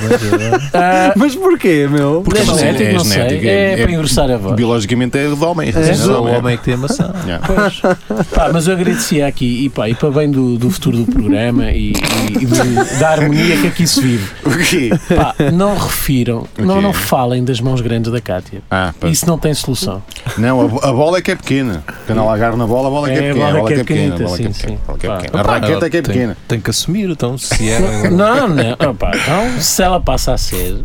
Ah,
Mas porquê, meu?
Porque
é
a maçã
genético, não sei. É para engrossar a voz.
Biologicamente é de homem. É.
É
assim,
o
não é?
homem que tem a maçã.
Yeah.
Pois. Pá, mas eu agradecia aqui e, pá, e para bem do, do futuro do programa e, e- e do- da harmonia que aqui se vive.
O quê?
Pá, não refiram, não,
quê?
não falem das mãos grandes da Cátia.
Ah, pá.
Isso não tem solução.
Não, a, bo- a bola é que é pequena. Quando ela agarra na bola, a bola é que é
É, a
pequena.
bola que
é
é
que é pequena, a
pequenita,
bola é que é
sim,
pequena, a
sim.
bola é que é
Pá.
pequena. A raqueta é que é pequena.
Tem, tem que assumir, então, se é.
Não, não. Ah, pá, então, se ela passa a ser,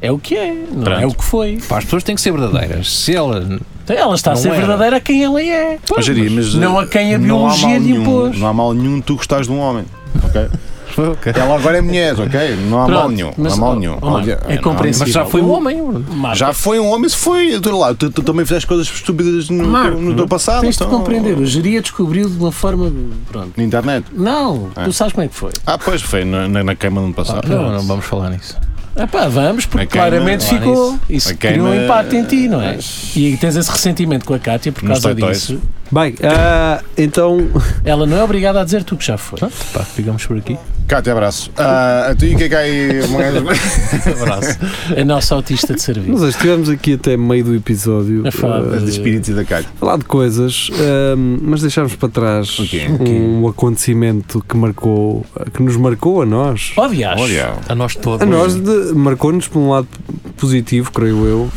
é o que é, não é o que foi.
Pá, as pessoas têm que ser verdadeiras. Se ela.
Então, ela está a
Não
ser
era.
verdadeira a quem ela é.
é. Mas, Jari, mas,
não a quem um a
não há
biologia
mal
lhe
nenhum-
impôs.
Não há mal nenhum tu gostares de um homem. Ok? Ela agora é mulher, ok? Não há mal
Pronto,
nenhum. Não
mas,
há mal
ó,
nenhum.
ó, Marco,
Olha,
é
não há-
compreensível.
Mas já foi um homem.
Marco,
Já foi um homem, se foi. Tu, lá, tu, tu também fizeste coisas estúpidas no,
Marco,
no teu passado.
Tens de
então.
compreender, o geria descobriu de uma forma. Pronto.
Na internet.
Não, tu sabes como é que foi.
Ah, pois, foi na, na, na queima no passado.
Ah,
Não, não vamos falar nisso.
Epá, Ah, vamos, porque
A queima-
claramente
lá
ficou.
nisso.
Isso
A queima-
criou um impacto em ti, não é? E tens esse ressentimento com a Cátia por
Nos
causa
toitóis.
disso.
Bem, ah, então.
Ela não é obrigada a dizer tu que já foi.
Pronto, pá, ficamos por aqui.
Cá, te abraço. Ah, a tu e o que é que há aí? uma gaja-
Abraço.
A nossa autista de
Nós
serviço.
hoje estivemos aqui até meio do episódio
A falar
ah,
de espíritos e da Cátia.
falar de coisas, ahm, mas deixámos para trás
O quê?
um acontecimento que marcou, que nos marcou a nós.
Obviamente.
Olha,
A nós todos.
A nós de- marcou-nos por um lado positivo, creio eu.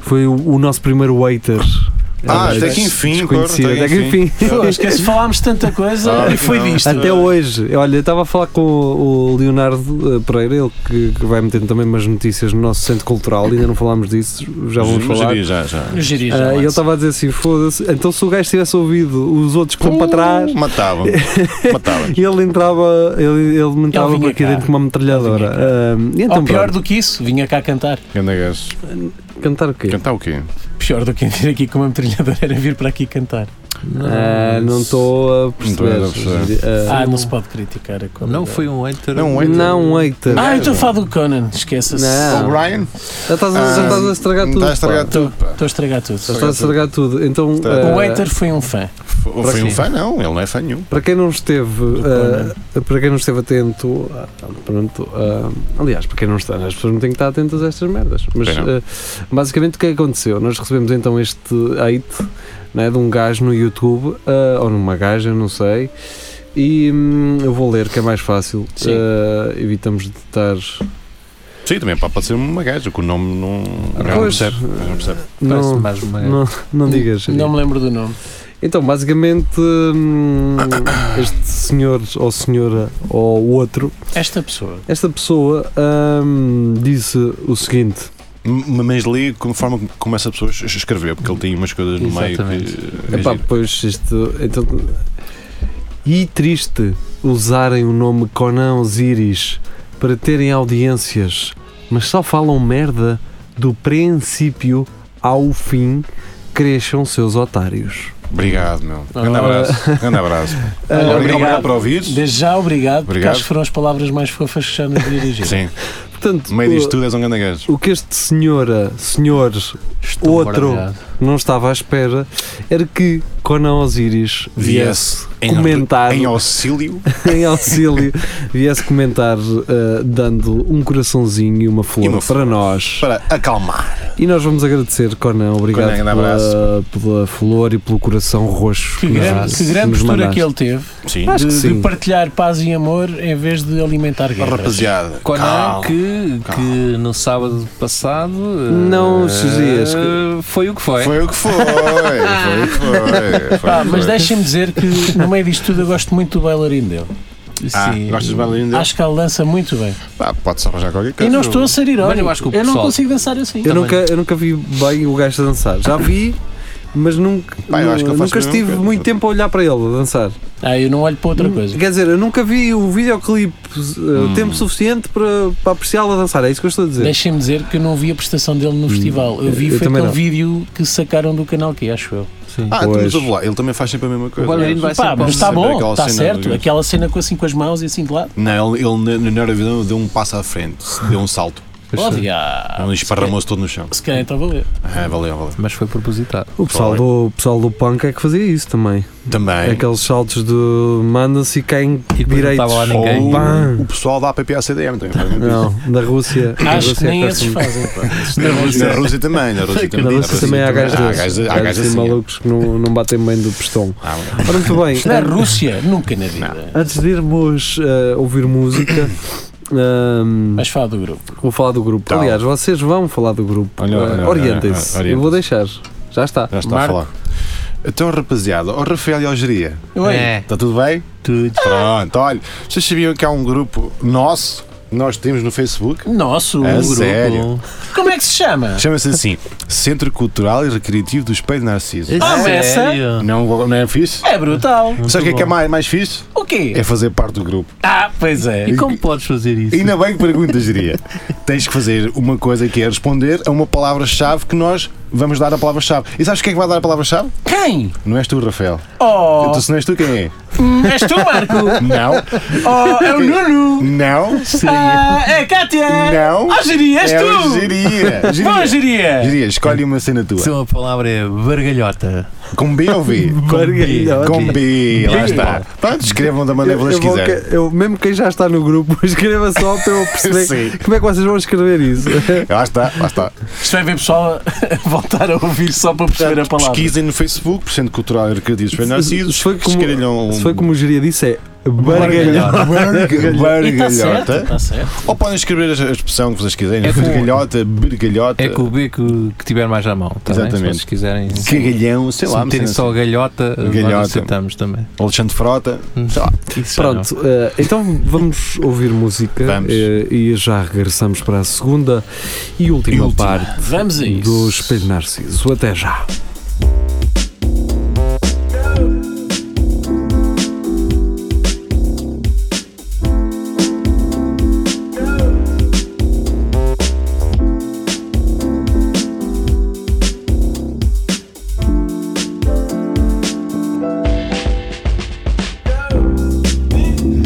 Foi o, o nosso primeiro waiter.
Ah,
eh,
até que enfim,
desconhecido.
Cor,
Até que enfim.
Pô, esquece, falámos tanta coisa
Ah,
e foi
não.
disto.
Até hoje, olha, eu estava a falar com o o Leonardo eh, Pereira, ele que, que vai metendo também umas notícias no nosso centro cultural, ainda não falámos disso, já vamos falar.
Geria, já, já.
No geria já
Ah,
lá.
e ele estava a dizer assim: foda-se, então se o gajo tivesse ouvido os outros que estão para trás,
Matava. Matava.
ele entrava, ele, ele me entrava
Ele vinha
aqui
cá.
dentro com uma metralhadora. Ah, e então,
Ou pior
pronto,
do que isso, vinha cá cantar.
Ganda gajo.
cantar o quê?
Cantar o quê?
Pior do que vir aqui com uma metralhadora era vir para aqui cantar.
Ah, não estou a perceber.
Não estou a
Ah,
Ah, não se pode criticar a qualidade.
Não foi um enter.
Não, um hater.
não, é- waiter.
Ah, eu estou a falar do Conan, esqueça-se.
Não.
Estou
O Brian? Ah,
Já estás a, já Ah. estás a estragar tudo.
Está a estragar
pá.
tudo. pá.
a estragar tudo.
Já estás a estragar tudo. Então, ah,
O waiter foi um fã.
Foi
Para
um
quê?
fã? Não, ele não é fã nenhum.
Para quem não esteve, ah, para quem não esteve atento, ah, pronto, ah, aliás, para quem não está, as pessoas não têm que estar atentas a estas merdas. Mas
Pois não.
ah, basicamente o que é que aconteceu? Nós recebemos então este hate né, de um gajo no YouTube, ah, ou numa gaja, não sei, e hum, eu vou ler que é mais fácil.
Sim.
Ah, evitamos de estar.
Sim, também pá, pode ser uma gaja, que o nome não. Não
Ah, Pois.
percebe. Não percebe.
Parece
Não,
mais uma.
não, não digas.
Não me lembro do nome.
Então, basicamente, hum, este senhor ou senhora ou outro
Esta pessoa.
Esta pessoa ahm, disse o seguinte:
M- Mas li conforme como essa pessoa es- escreveu, porque ele tem umas coisas no meio
Exatamente.
que. é
"Epá,
giro.
pois isto. Então, e triste usarem o nome Conan Osiris para terem audiências, mas só falam merda do princípio ao fim. Cresçam seus otários.
Obrigado, meu. Grande
Ah.
abraço. Grande abraço.
Ah,
Olha,
Obrigado,
obrigado.
obrigado por ouvir.
Desde já, obrigado, porque
Obrigado.
acho que foram as palavras mais fofas que já nos dirigiram.
Sim,
Portanto,
no meio disto
o,
tudo és um grande gajo.
o que este senhora, senhores,
Estou
Outro.
maravilhado.
não estava à espera era que Conan Osiris viesse
Em-
comentar
Em auxílio.
em auxílio viesse comentar eh, dando um coraçãozinho e uma flor
E uma
para
flor.
nós.
Para acalmar.
E nós vamos agradecer, Conan. Obrigado
Conan, grande
pela, pela flor e pelo coração roxo.
Que
nos-
grande, que grande
nos
postura que
mandaste.
ele teve
Sim.
Acho que
de, de
sim.
partilhar paz e amor em vez de alimentar guerra.
Rapaziada.
Conan
calma.
é que, que no sábado passado. eh,
Não, Josias,
Foi o que foi.
Foi o que foi. Foi o que foi.
Pá,
foi, o que
Ah, mas
foi.
deixem-me dizer que no meio disto tudo eu gosto muito do bailarino dele.
Ah, gostas de bailarino dele?
assim. Acho que ele dança muito bem.
Pá, pode-se arranjar qualquer
E
coisa.
não estou a ser
Mas
irónico.
eu acho que o
não
pessoal-
consigo dançar assim.
Eu
Também.
nunca, eu nunca vi bem o gajo a dançar. Já vi, mas nunca,
Pá, eu acho que eu faço
nunca
a mesma
estive
coisa.
muito tempo a olhar para ele a dançar.
Ah, eu não olho para outra coisa.
Quer dizer, eu nunca vi o videoclipe eh,
Hum.
tempo suficiente para, para apreciá-lo a dançar. É isso que eu estou a dizer.
Deixem-me dizer que eu não vi a prestação dele no festival. Eu vi
eu
foi
também
aquele
não.
vídeo que sacaram do canal que acho eu.
Ah, então, mas
Pois.
ouve lá, ele também faz sempre a mesma coisa.
bailarino vai-
Pá,
sempre
mas
bom.
está
Sempre
bom,
aquela
está
cena
certo.
do-
Aquela cena com assim com as mãos e assim de lado.
Não, ele, ele na, na Eurovisão deu um passo à frente, deu um salto.
Oh, diabo.
Ele esparramou-se todo no chão.
Se calhar então vou ler.
É, valeu, valeu.
Mas foi propositado.
O pessoal
Foi.
do, o pessoal do punk é que fazia isso também.
Também.
Aqueles saltos de mandam-se e caem
depois não
direitos.
estava lá ninguém.
Ou
Pá.
o pessoal da APPA-CDM também. faz muito
Não, da Rússia. Da
Acho que
Rússia é
nem
péssimo.
esses fazem. pá. Esses
isso. Na
não-
Rússia, na Rússia também. Na Rússia também,
Na Rússia também há gajos
Há
desses.
gajos- há
Há
gajos
gajos
assim.
malucos que não, não batem bem do pistão.
é. Ah,
Ora, muito bem.
Na Rússia, nunca na vida.
Antes de irmos eh, ouvir música, ehm,
Mas fala do grupo.
vou falar do grupo.
Tá.
Aliás, vocês vão falar do grupo.
Olha,
Eh,
olha, olha,
Orientem-se.
olha, olha,
Eu vou deixar. Já está.
Já está a falar. Então, rapaziada, ó Rafael e Algeria,
Oi.
É.
está tudo bem? Tudo. Pronto, olha, vocês sabiam que há um grupo nosso, que nós temos no Facebook?
Nosso
É
grupo.
sério?
Como é que se chama?
Chama-se assim, Centro Cultural e Recreativo do Espelho Narciso.
Ah, mas
É Sério?
Não, não é fixe?
É brutal.
Sabe o que é que é mais, mais fixe?
O quê?
É fazer parte do grupo.
Ah, pois é.
E como podes fazer isso?
Ainda bem que perguntas, diria. Tens que fazer uma coisa que é responder a uma palavra-chave que nós vamos dar a palavra-chave. E sabes quem é que vai dar a palavra-chave?
Quem?
Não és tu, Rafael.
Oh, hum,
Tu, se não és tu, quem é?
és tu, Marco.
Não.
Oh, é o Nuno.
Não.
Ah, é a Cátia.
Não.
Ah,
Oh, Geria, és
é o
tu.
Geria.
Bom,
Geria.
Geria.
Geria, escolhe uma cena tua.
uma palavra é bargalhota.
Com B ou V?
Bargalhota.
Com B, lá está. Pronto, escrevam da maneira que
Eu- eu
vocês
vou
quiserem.
que- eu- mesmo quem já está no grupo, escreva só para eu
Sim.
perceber como é que vocês vão escrever isso.
Lá está, lá está.
Isto vai ver pessoal a voltar a ouvir só para perceber a palavra.
Pesquisem no Facebook, por Centro Cultural e Recreativo
Se
dos Nascidos,
foi como-
escrevem um-
Se foi como o geria disse, é bargalhota.
Bargalhota.
E está certo,
Bargalhota.
está certo.
Ou podem escrever a expressão que vocês quiserem.
É com-
Bergalhota, bergalhota,
É com o B que, que tiver mais à mão. Tá bem? Se
Exatamente.
vocês quiserem.
cagalhão, sei
Se
lá.
meterem
mas- é
só galhota,
Galhota.
nós aceitamos também.
Alexandre Frota, sei lá.
Isso é já não.
Pronto, eh, então vamos ouvir música
Vamos.
eh, e já regressamos para a segunda e última,
E última.
parte
Vamos a isso.
do Espelho Narciso. Até já.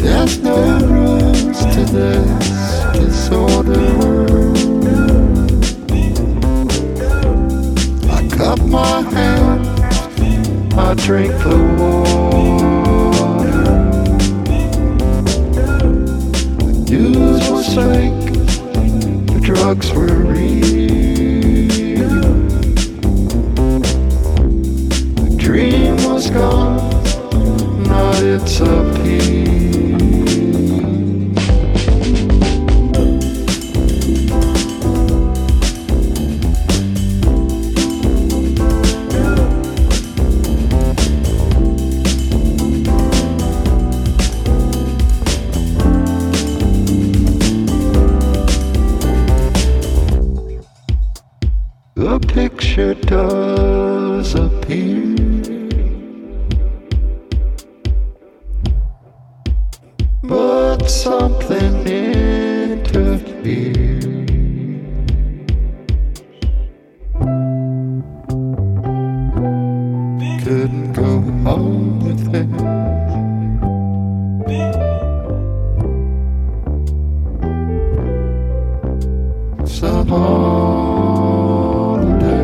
There's no rules to this disorder. I cup my hands, I drink the water. The news was fake, the drugs were real. The dream was gone not its appeal. The picture does appear. but something interfered. Couldn't go home with it. Some holiday.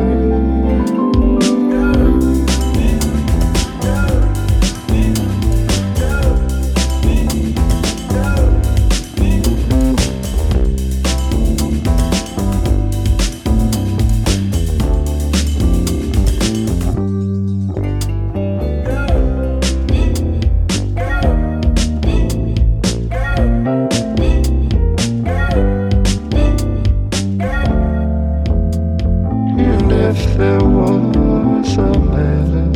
And if there was a method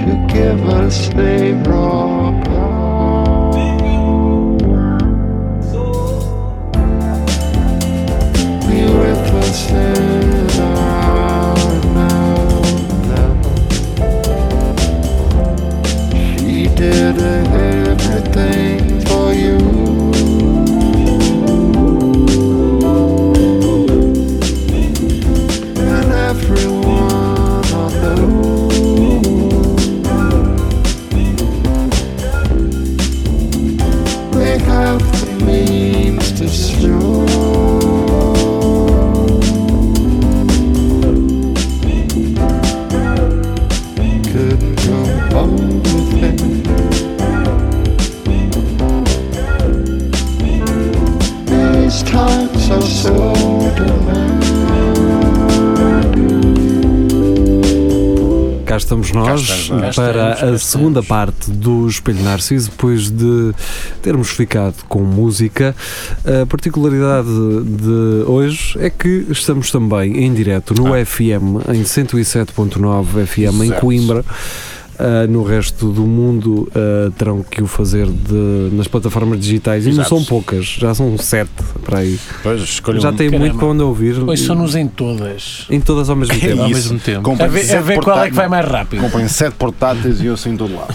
to give us the raw power, we would consider now that she did everything for you. and everyone on the road. time so soon.
Cá estamos nós
estamos nós.
para
Cá estamos, cá
a segunda parte do Espelho Narciso, depois de termos ficado com música. A particularidade de hoje é que estamos também em direto no FM, em 107.9 FM em
Certo.
Coimbra. Ah, no resto do mundo ah, terão que o fazer de- nas plataformas digitais e não
Exato.
são poucas, já são sete para aí.
Pois, escolham
Já
um.
tem
Caramba.
muito para onde ouvir
Hoje são-nos em todas.
em todas ao mesmo tempo.
ao
Isso.
mesmo um tempo.
A
Comprem
ver, a
sete
ver qual é que vai
portáteis-
mais rápido.
Comprem sete portáteis e eu em todo lado.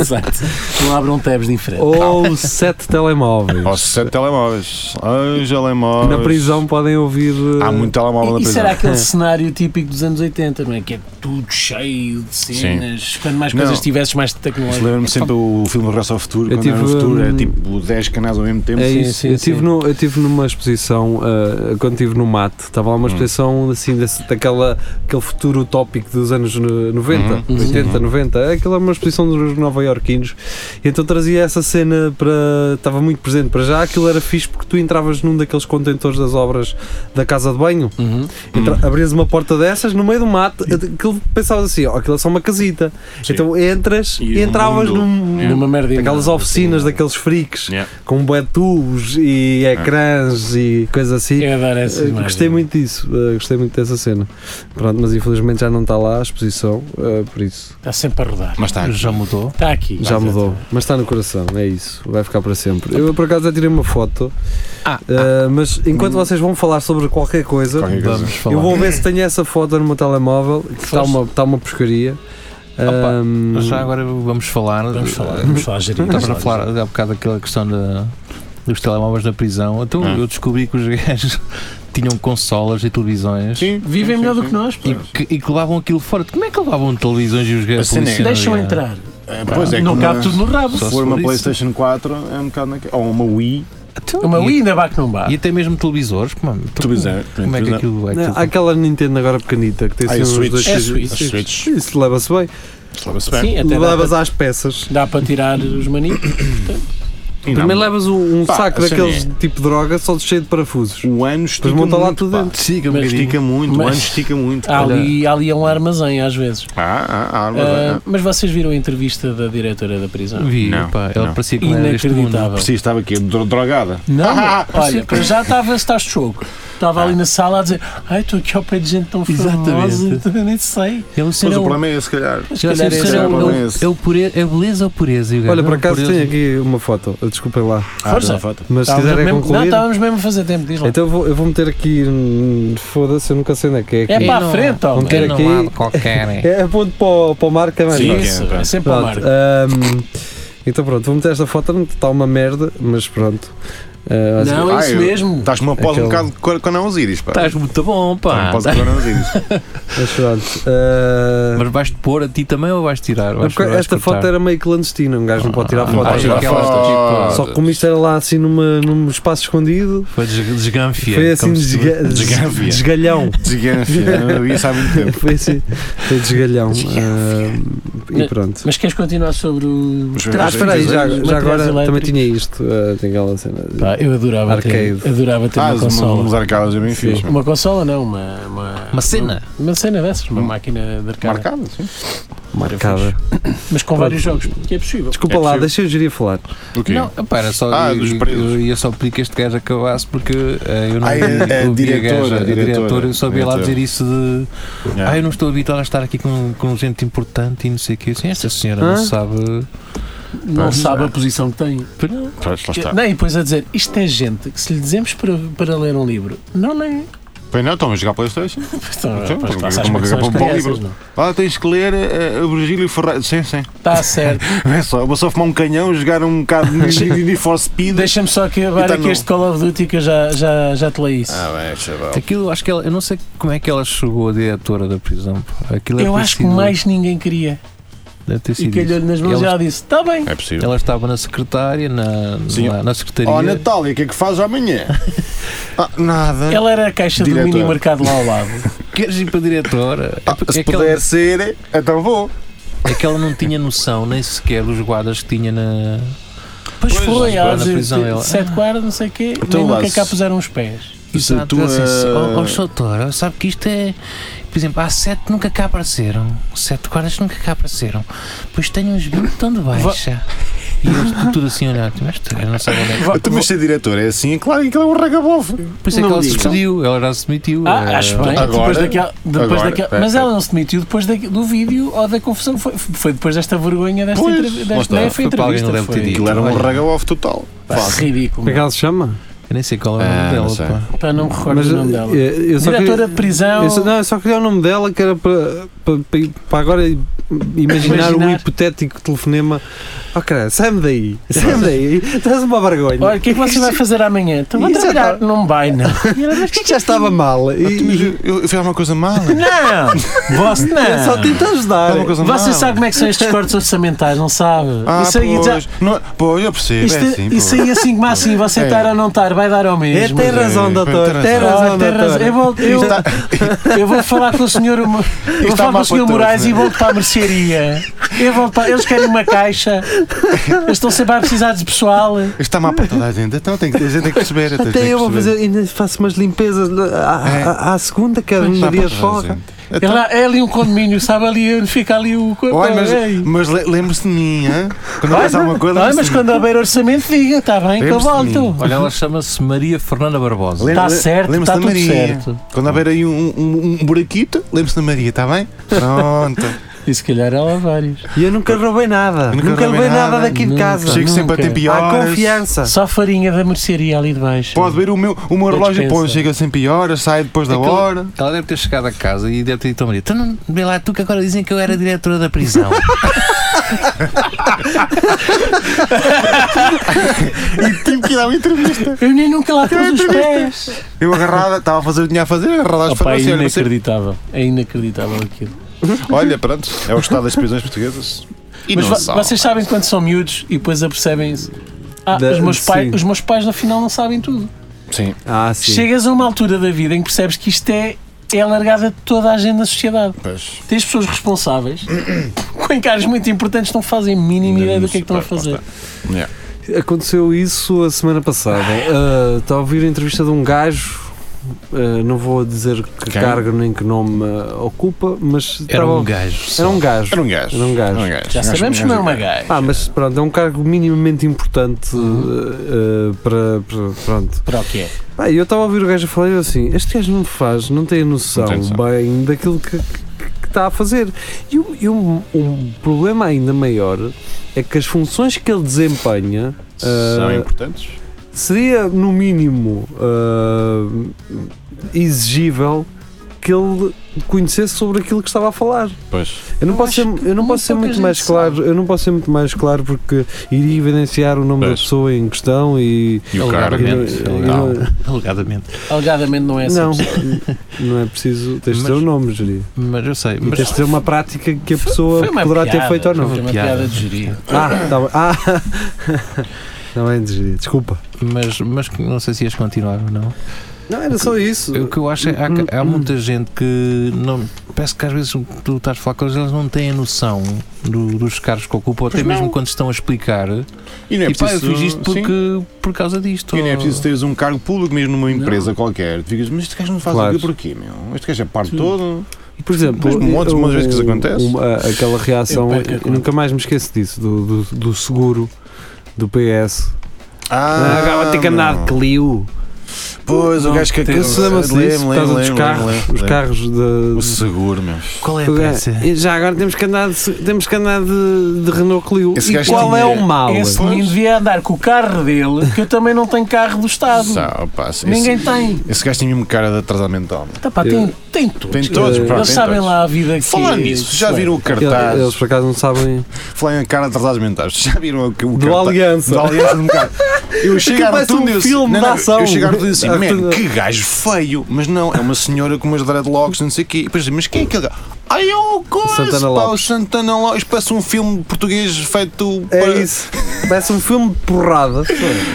Exato. Não abram tabs diferentes.
Ou sete telemóveis.
Ou sete telemóveis. Ai, telemóveis.
Na prisão podem ouvir. eh,
Há muito telemóvel na
E, e
prisão.
será aquele cenário típico dos anos 80, não é? Que é tudo cheio de cenas. Quando mais
Não.
coisas tivesses, mais
Isso
tecnologia.
Lembro-me sempre
Então-
o filme Regresso ao Futuro,
Eu
quando era no
tive,
futuro, era
hum,
tipo 10 canais ao mesmo tempo.
É
Sim,
isso.
sim,
eu,
sim.
tive no- eu tive numa exposição, ah, quando estive no Mate, estava lá
Hum.
uma exposição assim, desse, daquela, aquele futuro utópico dos anos no- 90,
Uhum.
80, 90. Aquela é uma exposição dos nova-iorquinos. E Então trazia essa cena para. estava muito presente para já. Aquilo era fixe porque tu entravas num daqueles contentores das obras da casa de banho,
Uhum.
Entra-
Uhum.
abrias uma porta dessas no meio do mate, aquilo pensavas assim: ó, aquilo é só uma casita. Então entras
E
e,
um
entravas
mundo.
num,
Yeah.
Numa merda
Aquelas
enorme.
oficinas daqueles freaks
Yeah.
com bué de tubos e ecrãs e coisas assim.
Eu adoro essas
Eh,
imagens.
Gostei muito disso, eh, gostei muito dessa cena. Pronto, mas infelizmente já não está lá a exposição, eh, por isso
Está sempre a rodar.
Mas está.
Já mudou?
Está aqui.
já mudou. Mas está no coração, é isso, vai ficar para sempre. Eu por acaso já tirei uma foto,
Ah, Hum.
eh, mas enquanto vocês vão falar sobre qualquer coisa,
Qualquer coisa.
Vamos falar.
eu vou ver se tenho essa foto no meu telemóvel, que está uma, está uma pescaria.
Opa,
Ahm,
Hum.
Mas já agora vamos falar. eh,
Vamos falar. Vamos falar, gerir.
Estavas a falar há bocado daquela questão da- dos telemóveis na prisão. Então
Ah.
eu descobri que os gajos tinham consolas e televisões.
Sim,
Vivem
sim,
melhor
sim,
do que nós, pô.
E que, e que levavam aquilo fora. Como é que levavam televisões e os
A
gajos?
cena é-
policiais?
Assim, Deixam entrar.
É, pois é,
não
que
cabe
uma-
tudo no rabo.
Só
Se
se
for uma
for isso.
PlayStation 4, é um bocado naquela. Ou uma Wii.
Então,
Uma
e-
Wii ainda vá que não vá.
E até mesmo televisores. Como,
Televisão.
como é que aquilo é?
Não,
aquilo-
há aquela Nintendo agora pequenita que tem
Ah, e a
assim uns
Switch.
dois
É a
quesitos.
Switch. A Switch.
Isso leva-se bem.
Leva-se bem.
Sim, até dá
Levavas
para,
às peças.
dá para tirar os maninhos.
E não,
Primeiro levas um, um
Pá,
saco
a cena
daqueles
é-
tipo de droga só cheio de parafusos.
O ano estica
monta lá
muito,
tudo
pá.
dentro.
Estica, um
Mas-
bocadinho. estica muito, o
mas-
ano estica muito.
Há
pá.
ali, há ali um armazém às vezes.
Ah, ah, ah, arma,
Ah,
ah.
mas vocês viram a entrevista da diretora da prisão?
Vi,
Não,
pá, ela
não.
parecia que não era deste mundo.
Inacreditável.
Preciso, estava aqui, dro- drogada.
Não,
Ah,
olha, para já estava estás choco. Estava ali na sala a dizer, ai, estou aqui ao pé de gente tão famosa,
Exatamente.
eu nem sei.
Ele, o
Mas
senhor,
o problema é esse, se calhar.
Mas se
ele,
calhar é
o
esse o
senhor, é, o-
problema.
é, o- é o pureza, é a beleza ou pureza? E o gajo,
Olha,
não,
por acaso
pureza.
tenho aqui uma foto. Desculpem lá.
Ah, tá.
Força.
Mas se
Estávamos
quiserem
Tá mesmo- Não,
concluir.
estávamos mesmo a fazer tempo, diz lá.
Então eu vou, eu vou meter aqui. hum, Foda-se, eu nunca sei onde é que é.
é
aqui.
E
para a
não-
frente, ó.
não quero
É, não
aqui-
há qualquer. é.
É aponto para o, para o Marco, é mais
Sim.
fácil.
Isso,
pronto.
é sempre a
Pronto,
marca.
hum, então pronto, vou meter esta foto. Não está uma merda, mas pronto. Ah,
Não,
Ah,
é isso
eu-
mesmo.
Estás numa pós um
Aquele-
bocado de cor- com a Osíris, pá.
Estás muito bom,
Uma
pá.
pós de cor- com a Osíris.
mas pronto. Ah,
Mas vais-te pôr a ti também ou vais tirar?
não, porque esta foto era meio clandestina. Um gajo não pode tirar
Não
foto.
pode tirar
Aquela-
Ah,
foto. tipo,
Só que como isto era lá assim numa, num espaço escondido,
Foi desg- desganfia.
foi assim
como se-
desga
Desgávia.
desgalhão.
Desganfia, não havia é, isso há muito tempo.
Foi assim, foi desgalhão. ah, e
Mas-
pronto.
Mas queres continuar sobre o.
Mas-
Ah, espera aí, já, já
Materiais
agora também
elétricos.
tinha isto. ah, tem aquela cena.
Pá, eu adorava ter,
Arcade.
adorava ter
Ah,
uma
uns-
consola.
uns arcadas é bem
Sim.
fixe.
Uma consola, não, uma. Uma,
Uma cena.
Uma, cena dessas, uma máquina de arcade.
Hum. Marcada, sim.
Marcada.
Mas com vários jogos, que é possível.
Desculpa
É
lá,
possível.
deixa eu gerir a falar.
O quê?
Não, pá, era só.
Ah,
eu,
dos presos.
eu ia só pedir que este gajo acabasse porque eh, eu não
Ah, é-
vi,
é
eu vi a
diretora,
gaja, a
diretora,
diretora, eu só vi lá
diretora.
dizer isso de.
Yeah.
Ah, eu não estou habituado a estar aqui com, com gente importante e não sei o quê. Assim, esta senhora
Hã?
não sabe.
Não
Pois,
sabe
é.
a posição que tem.
Pois não.
Pois, lá está.
Não, e depois a dizer, isto é gente que se lhe dizemos para, para ler um livro, não lê.
Pois não, estão a jogar Playstation.
Estão,
Então,
pois,
porque
passa as
como é que
pensões
acabam para o
crianças,
livro?
não.
Ah, tens que ler eh, o Virgílio Ferreira. Sim, sim.
Está certo.
É só, vou só fumar um canhão, jogar um bocado de de- de For Speed.
Deixa-me só acabar
Então
aqui
não.
este Call of Duty que eu já, já, já te leio isso.
Ah, bem, chaval.
Aquilo, acho que ela. Eu não sei como é que ela chegou a diretora da prisão. pá. Aquilo é
eu acho que mais ninguém queria. E calhou-lhe nas mãos e
ela,
ela disse, está bem.
É possível.
ela estava na secretária, na,
Sim.
na, na secretaria.
Ó, Natália, o que é que fazes amanhã? Ah, nada.
Ela era a caixa
Diretora.
do mini mercado lá ao lado.
Queres ir para a
É
diretora?
É
Ah,
porque
se
aquela-
puder ser, então vou.
É que ela não tinha noção nem sequer dos guardas que tinha na,
Pois
Pois,
foi,
agora
há
na prisão ele-
7 quartos, não sei o quê,
Então,
nem nunca
Lázaro,
cá puseram os pés.
Se
Exato,
tu,
é assim, se-
eh,
ó, ó, Sr. doutor, sabe que isto é. Por exemplo, há sete que nunca cá apareceram. Sete guardas que nunca cá apareceram. Pois tenho uns 20 tão de baixa. E eles tudo assim a olhar. Mas tu, eu não sei onde é que.
Tu mas ser diretor é assim, é claro que ele é um ragabof.
Por isso é que ela se despediu, ela já se demitiu.
Ah,
eh,
acho bem.
É. agora-
depois daquela, depois
agora-
daquela,
é,
mas
é.
ela não se demitiu depois da- do vídeo ou da confusão. Foi, foi depois desta vergonha desta
Pois,
entrevista.
lá
Desta,
está,
não é, foi
foi para alguém
entrevista.
não deve ter
Foi,
dito.
Aquilo era um
Olha.
ragabof total.
pá, ridículo.
Como é que ela se chama?
Eu nem sei qual é o
Ah,
nome
não
dela.
sei.
pá.
Pá, não me recordo o nome dela.
eh, eu só
Diretora
queria-
de prisão.
eu só- não, eu só queria o nome dela que era para, para, para- para agora imaginar, um
Imaginar.
hipotético telefonema. Oh, cara, sai-me daí, sai-me daí, estás uma vergonha.
Olha, o que é que você vai fazer amanhã? Então vou
Isso é
trabalhar. Não vai, não.
Isto já estava mal. E, e-
Eu, eu fiz alguma coisa mal.
Não! Você
eu só
não!
tento ajudar.
Alguma coisa
Você
mal.
sabe como é que são estes cortes orçamentais, não sabe?
Ah,
isso aí,
pois.
já-
Não- pois, eu percebo.
isto,
é assim,
isso aí assim como assim, você
É.
estar ou não estar, vai dar ao
É,
mesmo.
tem razão,
tem
doutor.
razão.
Tem
Ah,
razão,
tem razão.
doutor.
Eu vou, eu,
Está-
eu vou falar com o senhor, eu vou
está
falar com
mal
o senhor
para
Moraes
todos,
e
não é?
volto para a mercearia. Eu volto para, eles querem uma caixa. Eles estão sempre a precisar de pessoal.
Está má para toda a gente. Então tem que, a gente tem que perceber. tem que
Até eu vou
perceber.
fazer, ainda faço umas limpezas à, à- à segunda, que é
Está
um
má para
dia
toda a
fora.
gente.
É,
Então-
lá, é ali um condomínio, sabe ali onde fica ali o.
Olha,
Ei.
mas, mas le- lembre-se de mim, hã? Quando
é Olha,
eu alguma coisa.
olha, mas
lembre-se de mim.
quando houver orçamento, diga, está bem, que eu
Lembre-se de
volto.
Olha, ela chama-se Maria Fernanda Barbosa.
Lembra-
Está certo,
lembra-se
está
da
tudo
Maria.
certo.
Quando houver aí um, um, um buraquito, lembre-se da Maria, está bem? Pronto.
E se calhar ela há vários.
E eu nunca roubei nada.
Eu
Nunca, roubei nada, daqui de
Nunca.
casa.
Chego sempre a
nunca.
tempo e
Há
horas.
confiança.
Só farinha da mercearia ali de baixo.
Pode ver o meu, o meu
Da
relógio,
despensa.
pô, chega sempre a horas, sai depois da
Aquele-
hora.
Ela deve ter chegado a casa e deve ter dito à Maria:
Então, não, vê lá, tu que agora dizem que eu era diretora da prisão.
Tive que ir dar uma entrevista.
Eu nem nunca lá pus os pés.
Eu agarrada, estava a fazer o que tinha a fazer, agarrada às
Opa, é
farmácias. olha, você-
inacreditável. É inacreditável aquilo.
Olha, pronto, é o estado das prisões portuguesas. E
Mas
não
vo-
sabe.
vocês sabem quando são miúdos e depois apercebem-se. Ah,
Da-
os, meus pai,
sim.
os meus pais, afinal, não sabem tudo.
Sim.
Ah, sim.
Chegas a uma altura da vida em que percebes que isto é, é a largada de toda a gente na sociedade.
Pois.
Tens pessoas responsáveis com encargos muito importantes que não fazem a mínima
Não
ideia do que é que estão a
sei, lá
fazer.
Aconteceu isso a semana passada. Ah, Estava a ouvir a entrevista de um gajo. ah, não vou dizer que
Quem?
cargo nem que nome ah, ocupa, mas
Era
estava-
um gajo.
era um gajo.
Era um gajo.
Era um gajo.
Já sabemos que não é uma gaja.
Ah, mas pronto, é um cargo minimamente importante ah, ah, para, para- Pronto.
Para o que é?
Pá, eu estava a ouvir o gajo a falar e eu assim: este gajo não faz, não tem a noção,
Não tem noção.
bem daquilo que, que- que está a fazer. E, o- e um, um problema ainda maior é que as funções que ele desempenha.
São
ah,
importantes.
seria no mínimo ah, exigível que ele conhecesse sobre aquilo que estava a falar.
Pois.
Eu não,
Eu
posso ser,
acho que
eu não
muito
posso ser
pouca
muito
gente
mais claro, eu não posso ser muito mais claro porque iria evidenciar o nome da
Pois.
pessoa em questão e
E o cara.
Alegadamente.
e
um
não- e não-
alegadamente.
Alegadamente não é assim.
não, não é preciso tens de dizer
Mas-
o nome, Júlio.
Mas eu sei,
E
mas
tens de dizer uma prática que a pessoa
Foi uma
poderá
piada,
ter feito ou
Foi
não.
uma
Piada.
piada de gerir.
Ah, tá bem. Ah, tá bem, Júlio, desculpa.
mas, mas não sei se ias continuar ou não.
Não, era só isso.
O que eu acho é
Hum,
que há, ca- há muita gente que não. Parece que às vezes tu estás a falar com eles, eles não têm a noção do- dos cargos que ocupam, até mesmo quando estão a explicar.
E não é
e pá, eu
preciso.
fiz isto
sim.
porque, por causa disto.
E nem é preciso teres um cargo público mesmo numa empresa qualquer. Tu ficas, mas este gajo não faz
Claro.
o quê porquê, meu? Este gajo é parte todo.
Por exemplo,
Mas montes,
eu- um-
montes de vezes que isso acontece.
uma- aquela reação,
Eu
eu,
perco a conta.
nunca mais me esqueço disso, do, do, do seguro do PS. Ah, agora vou ter que andar de Clio. um
Pois, o gajo que
Esse lembra-se disso, por causa dos carros. Os carros
O
da.
seguro, meu.
Qual é a
do-
peça?
E Já agora temos que andar de, temos que andar de, de Renault Clio.
Esse
E
gajo
qual
tinha-
é o mal?
Esse menino devia andar com o carro dele, que eu também não tenho carro do Estado.
Sá, opa, esse,
Ninguém
tá-
tem.
esse gajo tem mesmo cara de atrasado mental. meu.
Tá, pá, tem, tem todos.
Tem todos,
Eh,
pá,
Eles
tem
sabem
todos.
lá a vida que
Falando nisso, já viram o
é. Ele-
cartaz?
Eles por acaso não sabem.
Falando em cara de atrasados mentais, já viram o, o cartaz?
Do Aliança.
Do Aliança de um bocado. Eu chego à
parece um
rotunda e eu-
filme
não,
de
não,
ação.
Eu chego à rotunda e assim,
A
man,
rotunda.
que gajo feio. Mas não, é uma senhora com umas dreadlocks, não sei o quê. E depois assim, mas quem é aquele gajo? Ai, eu coisa,
Santana
pá,
Lopes.
o Santana Lopes. Parece um filme português feito
É
para-
isso. Parece um filme de porrada.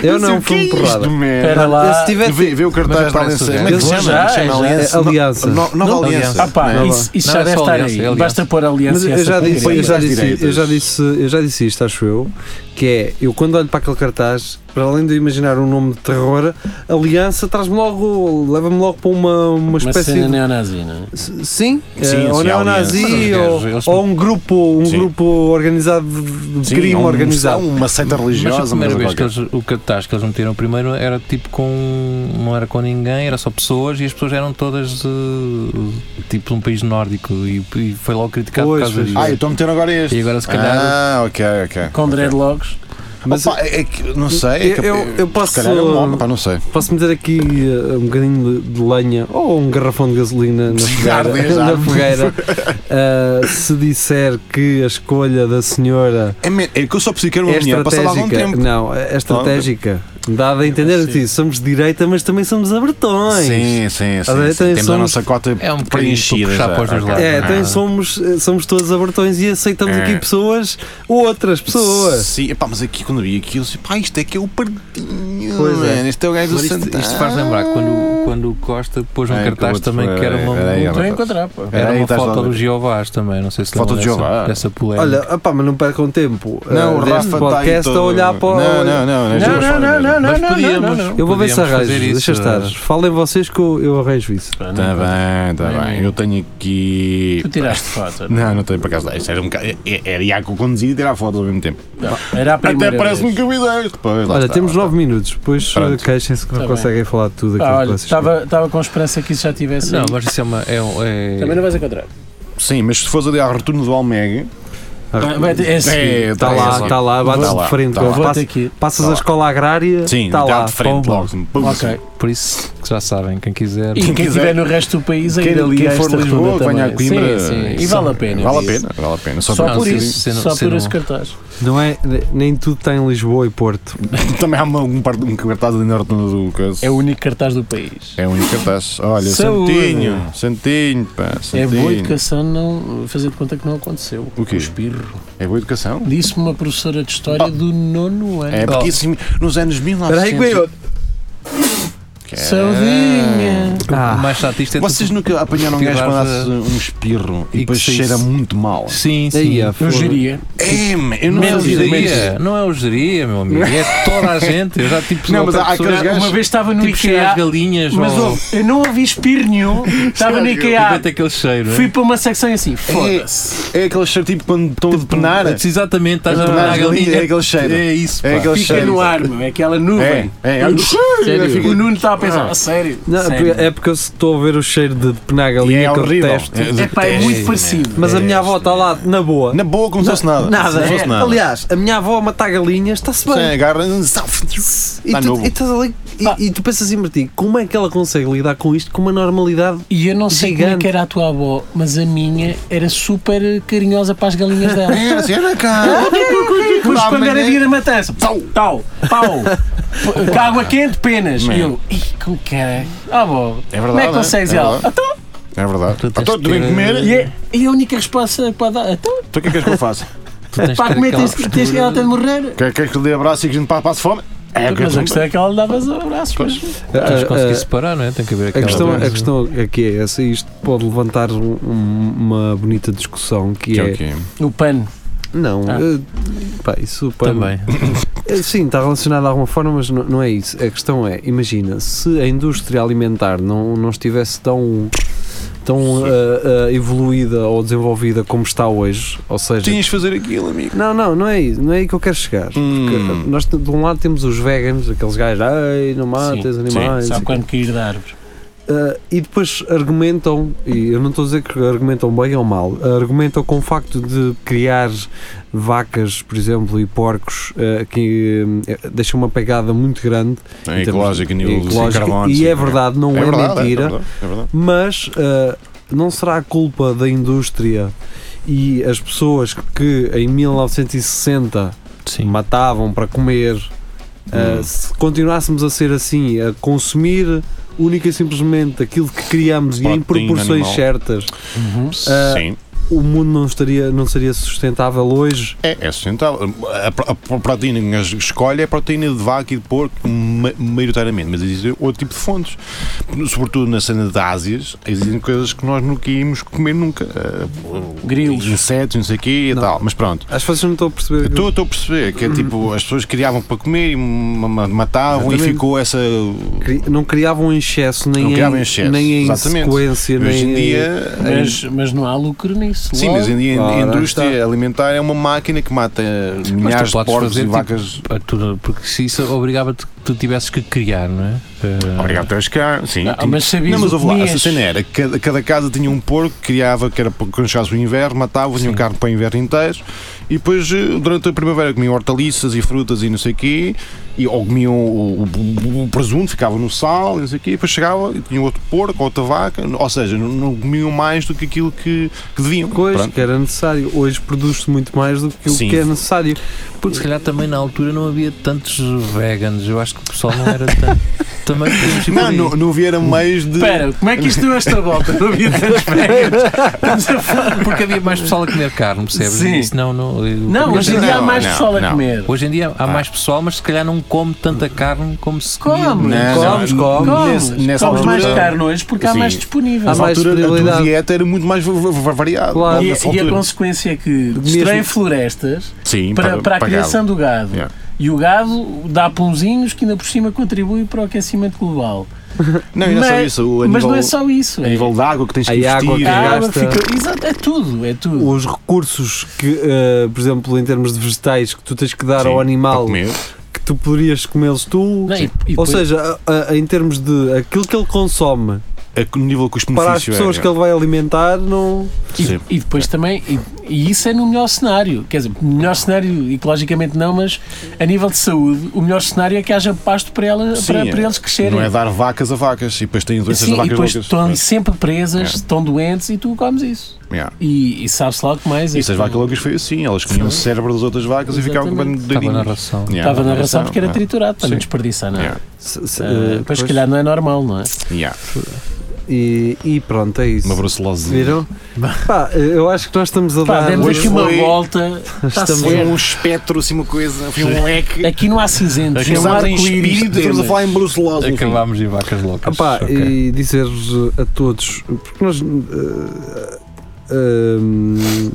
Eu não,
sei
um
o que
filme de
é isto,
porrada.
man.
Espera lá.
Se tivesse.
Vê, vê o cartaz
Mas
para a
já
aliança. Como
está
é que se
tudo.
chama?
Já,
Chama
já.
aliança.
É aliança.
No- no- Nova
Não,
aliança.
aliança.
Ah pá,
Não,
isso, isso
Não,
já
é
deve
só
estar
aliança, é
aí.
aliança.
Basta pôr aliança.
Mas eu já
essa
disse,
porcaria.
eu já disse, eu
direitas.
já disse, eu já disse isto, acho eu, que é, eu quando olho para aquele cartaz, para além de imaginar um nome de terror, aliança traz-me logo, leva-me logo para uma, uma
Uma
espécie
cena
de
neonazi, não é?
S- Sim,
Sim,
eh, ou
sim, há
neonazi
alianças.
ou,
Mas eles-
ou um grupo, um
Sim.
grupo organizado de de
Sim,
crime
é um-
organizado.
é Uma seita
Mas a
religiosa,
primeira
mas é
vez que
qualquer.
eles, o cartaz que eles meteram primeiro era tipo com. não era com ninguém, era só pessoas e as pessoas eram todas de. tipo de um país nórdico e, e foi logo criticado
Pois,
por causa
pois.
disso.
Ah, eu estou a meter agora este.
E agora, se calhar-
Ah, ok, ok.
Com dreadlocks.
Mas
Opa, é que- não sei. é que-
Eu- eu posso-
Se calhar é um homem, pá, não sei.
Posso meter aqui eh, um bocadinho de- de lenha ou um garrafão de gasolina na
Arde,
fogueira,
arde.
na fogueira eh, se disser que a escolha da senhora
É, me- é que eu só percebi que era
é
uma mulher, passado algum
estratégica.
tempo.
Não, é estratégica. Dada a entender a ti, somos de direita, mas também somos abertões.
Sim, sim,
Ah,
sim. sim.
então
Temos a
somos-
nossa cota
É um bocadinho
preenchida.
para puxar
já.
para os dois
Ok.
lados.
É, então
Ah.
somos, somos todos abertões e aceitamos
É.
aqui pessoas, outras pessoas.
Sim, epá, mas aqui quando vi aquilo, disse, pá, isto é que é o pardinho,
Pois é.
man, este é o gajo do
Mas isto,
Santana.
isto faz lembrar quando, quando o Costa pôs um
É, que o
cartaz
outro
também
foi-
que era uma,
era aí,
Estou a
rapaz.
encontrar, pá.
era
Aí
uma
estás
foto
lá.
do Jeovás também, não sei se
Foto
lembram
do
dessa,
Jeová.
dessa polémica.
Olha, opá, mas não percam tempo.
Não, o
eh, deste
Rafa está aí
podcast
todo...
a olhar para o.
Não, não, não.
Não,
nas
não,
duas
não,
formas.
não, não,
Mas
não, não, não,
podíamos-
não.
Eu vou ver se
Podíamos
arranjo.
fazer isso,
Deixa estar.
eh.
Falem vocês que eu, eu arranjo isso.
Está Tá bem, está
Não,
bem.
não.
Eu tenho aqui...
Tu tiraste foto.
Não, não tenho para casa. Isto era um bocado... é- Era Iaco conduzir e tirar fotos ao mesmo tempo.
Não, Era a primeira
Até parece-me
vez.
que eu vi deste. Pois, lá
Olha,
está, tá
temos
lá está.
9 minutos, depois
Pronto.
eh, queixem-se que não
Tá bem.
conseguem falar de tudo aquilo
Ah,
que
olha,
vocês
estava estava com esperança que isso já tivesse.
Não,
aí.
mas isso é uma. É, um- é-
Também não vais encontrar.
Sim, mas se fores ali ao retorno do Almeg...
Ah, vai ter- é assim.
Está lá, está lá, bate
Tá
de
lá,
frente.
tá lá.
Passa-
Vou-te aqui.
Passas
Tá
a
lá.
escola agrária,
Sim,
está
dá
lá.
de frente
pomba.
logo. Pum,
Tá Ok.
Por isso que já sabem, quem quiser.
E
Quem
quem
quiser-
estiver no resto do país,
Quem,
ainda ali
quem
a
for
esta
de é Lisboa,
rotunda
que venha a
também.
Coimbra.
Sim, sim. E vale a pena.
Vale a
isso.
pena, vale a pena. Só,
Só
para-
por
se-
isso,
se não-
só
se
por
não-
esse cartaz.
Não é, nem tudo está em Lisboa e Porto.
Também há uma, um, par, um cartaz ali na rotunda do coisa.
É o único cartaz do país.
É o único cartaz. Olha,
Saúde.
Santinho, Santinho, pá,
É
Santinho.
boa educação não fazer de conta que não aconteceu.
O quê?
espirro.
É boa educação?
Disse-me uma professora de história do nono ano. Oh,
É porque isso nos anos 1900. Que é-
Saudinha.
O
Ah,
mais chato isto é tu-
Vocês nunca apanharam um gajo
Tirar
para
da-
dar um espirro e,
E
depois
que saísse-
cheira muito mal?
Sim,
aí,
sim.
a
Eu
foda.
geria.
É, man, eu não
Não é o
Menos,
fazia
menos.
isso.
geria, não é o geria, meu amigo. É toda a gente. Eu já tipo
Não,
sou
mas
outra
há
pessoa,
aqueles gajos-
Uma vez estava no
tipo cheira às
IKEA,
galinhas.
mas
ou-
ouve, eu não ouvi espirro nenhum. Estava no IKEA.
Aguenta aquele cheiro. é?
Fui para uma secção e assim, foda-se. tipo
É aquele cheiro tipo quando estão a depenar.
É Exatamente, estás a
Não,
dar a
as galinhas,
galinha.
é aquele cheiro.
É isso, pá.
É aquele
Fica
cheiro.
no ar, meu, é aquela
É,
nuvem.
é.
Eu-
Sério?
O Nuno está a pensar,
Ah.
a sério?
Não, é
sério.
porque- é porque eu estou a ver o cheiro de penar
E
galinha
é
que eu
horrível.
detesto.
Eu
É pá, é
detesto.
muito parecido.
Mas a minha avó está lá, na boa.
Na boa, como se fosse nada.
Nada.
Como se
É,
fosse nada.
Aliás, a minha avó a matar galinhas está-se
Sim,
bem.
agarra.
E
Tá
tu,
novo.
e estás ali, e,
Ah.
e tu pensas assim para ti, como é que ela consegue lidar com isto com uma normalidade?
E eu não sei como é
Gigante.
que era a tua avó, mas a minha era super carinhosa para as galinhas dela.
Era, assim, era cá.
Pois
Dá
quando era
amanhã.
dia da matança, pau, pau, pau, p- com água quente, penas.
Man.
E eu, ih, como que é? Ah, bom,
É
como é
verdade,
que consegues
é? É
ela?
verdade.
Então,
É verdade.
Tu tens
Então, tu vem
que-
comer.
e, é- e a única resposta para dar, então,
Então, o que é que és que eu faço?
Tu tens
para
que ter
comer
aquela
tens, que- tens que ela até tipo de morrer.
Quer, quer que eu dê abraço e que a gente pa- passe fome? É, o que eu
mas a
tenho-
questão é que ela lhe dava os abraços. mas-
Tens que conseguir
Ah, ah,
separar, não é? Tem que haver
A
aquela.
questão, a
coisa.
questão aqui é essa, isto pode levantar um- um- uma bonita discussão que
Que é o
é.
quê?
O pano.
Não,
Ah.
eh, pá, isso pá,
Também.
eh, Sim, está relacionado de alguma forma, mas não, não é isso. A questão é, imagina, se a indústria alimentar não, não estivesse tão, tão eh, eh, evoluída ou desenvolvida como está hoje, ou seja.
Tinhas de fazer aquilo, amigo.
Não, não, não é isso, não é aí que eu quero chegar. Porque
Hum.
nós de um lado temos os veganos, aqueles gajos, ai, não
Ah,
mates animais.
Sabe
e-
quando cair da árvore.
Uh, e depois argumentam, e eu não estou a dizer que argumentam bem ou mal, argumentam com o facto de criar vacas, por exemplo, e porcos uh, que um, eh, deixam uma pegada muito grande.
É
em termos-
ecológico, a nível de
ecológica,
carbono.
E
sim,
é verdade, não é,
verdade,
mentira,
É verdade, é verdade.
mas uh, não será a culpa da indústria e as pessoas que em 1960
Sim.
matavam para comer.
Hum.
Uh, se continuássemos a ser assim, a consumir única e simplesmente aquilo que criamos e em
Proteína
proporções
animal.
certas,
Sim.
o mundo não, estaria, não seria sustentável hoje.
É, é sustentável. A, pro- a pro- proteína que nós escolhe é a proteína de vaca e de porco, ma- maioritariamente, mas existe outro tipo de fontes. Sobretudo na cena da Ásia, existem coisas que nós nunca íamos comer nunca. Ah,
Grilos.
Insetos, não sei o quê e
Não.
tal. Mas pronto.
Acho que vocês não estão a perceber.
Estou estou a perceber que é tipo, as pessoas criavam para comer e ma- ma- matavam e
Exatamente.
ficou essa.
Cri- Não criavam em excesso, nem
Não criavam
em,
em excesso,
nem em
exatamente.
sequência, nem
Hoje em
em-
dia.
Mas, mas não há lucro nisso.
Sim,
logo.
mas em dia a
Ora,
indústria
está.
alimentar é uma máquina que mata milhares de
podes
porcos
fazer,
e
tipo,
vacas.
Ah, tu- porque se isso obrigava-te que tu tivesses que criar, não é? Ah,
Obrigado, tens cá. Sim,
Ah,
tinha-
mas sabias
Não, mas
o que
houve lá, essa
comias.
cena era: cada, cada casa tinha um porco, criava, que era para- quando chegasse o inverno, matava, tinha um carne para o inverno inteiro, e depois eh, durante a primavera comiam hortaliças e frutas e não sei o quê, e, ou comiam o, o- o presunto, ficava no sal e não sei o quê, e depois chegava e tinha outro porco, outra vaca, ou seja, não, não comiam mais do que aquilo que, que deviam.
Coisa
Pronto.
que era necessário. Hoje produz-se muito mais do que o
Sim.
que é necessário.
Porque se calhar também na altura não havia tantos veganos. Eu acho que o pessoal não era tanto. também podemos ir por
Não,
aí.
não, não vieram meios de.
Hum. Espera, como é que isto deu esta volta? Não havia tantos pregas. Estamos a falar-
Porque havia mais pessoal a comer carne, percebes?
Sim.
Isso não, não, eu-
Não,
hoje,
hoje em
em
dia há
não,
mais
não,
pessoal a
não.
comer.
hoje em dia
Ah.
há mais pessoal, mas se calhar não come tanta carne como se comia.
Um
Come.
Não.
Não,
Comes,
não,
comes.
Comes,
nesse- nessa
comes mais
altura- assim,
carne hoje porque há
Sim.
mais disponível.
Há
Nessa
mais
altura, a
disponibilidade.
tua dieta era muito mais va- va- va- variada.
Claro.
Nessa
E, e a
altura.
consequência é que destrói florestas
Sim,
para, para a
pagar.
criação do gado.
Yeah.
E o gado dá pãozinhos que ainda por cima contribui para o aquecimento global.
Não, e não é só
Mas-
isso. o- A
Mas
nível,
não é só isso.
A
É,
nível de água que tens que
A água
investir.
que
a água é
gasta-
fica- Exato, é tudo, é tudo.
Os recursos que, eh, por exemplo, em termos de vegetais, que tu tens que dar
Sim,
ao
para
animal
comer.
que tu poderias comê-los tu.
Não, e- e
Ou
depois-
seja, a- a- em termos de aquilo que ele consome
A, no nível custo
para as pessoas que ele vai alimentar, não.
Sim.
E, e depois também, e, e isso é no melhor cenário, quer dizer, no melhor cenário ecologicamente não, mas a nível de saúde, o melhor cenário é que haja pasto para, ela,
Sim,
para,
é.
para eles crescerem.
Não é dar vacas a vacas e depois têm doenças É. de
Sim, e
vacas
depois
loucas.
estão
Pronto.
sempre presas,
Yeah.
estão doentes e tu comes isso.
É. Yeah.
E, e sabe-se lá o que mais. é
Isso, as
que-
vacas loucas foi assim. Elas comiam o cérebro das outras vacas e ficavam um
Exatamente.
comendo
Estava na
doidinhos.
ração.
Yeah,
Estava na ração porque era
yeah.
triturado para não é?
é, Sim. É,
desperdiçar nada.
Yeah.
Se, se- eh,
Ah, pois,
pois.
se calhar não é normal, não é?
Yeah.
E, e pronto, é isso.
Uma brucelosinha.
Viram? Pá, eh, eu acho que nós estamos a
Pá,
dar.
demos
hoje
aqui um- uma
foi-
volta. Está
Estamos-
Foi
certo.
um espectro, assim, uma coisa. Foi um leque.
Aqui não há cinzentos, é um
Estamos em
arco-íris.
espírito, estamos a falar em
é
brucelose. enfim.
Acabámos em vacas loucas.
Epá,
Ok.
Ah, E dizer-vos eh, a todos, porque nós. eh, eh,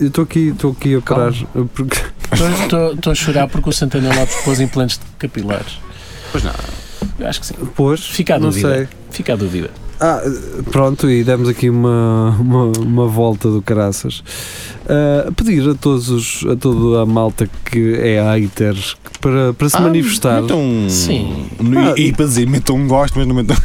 eu estou aqui, estou aqui a parar. eh, Porque,
Estou- estou- Estou a chorar porque o Santana Lopes pôs implantes de capilares.
Pois não.
Eu acho que sim.
pois,
Fica a
não
dúvida.
sei.
Fica a dúvida.
Ah, eh, pronto, e demos aqui uma, uma, uma volta do caraças. Eh, a pedir a todos os, a toda a malta que é hater que para, para se
Ah,
manifestar.
metam-
Sim.
No- E, e para dizer, metam um gosto, mas não metam.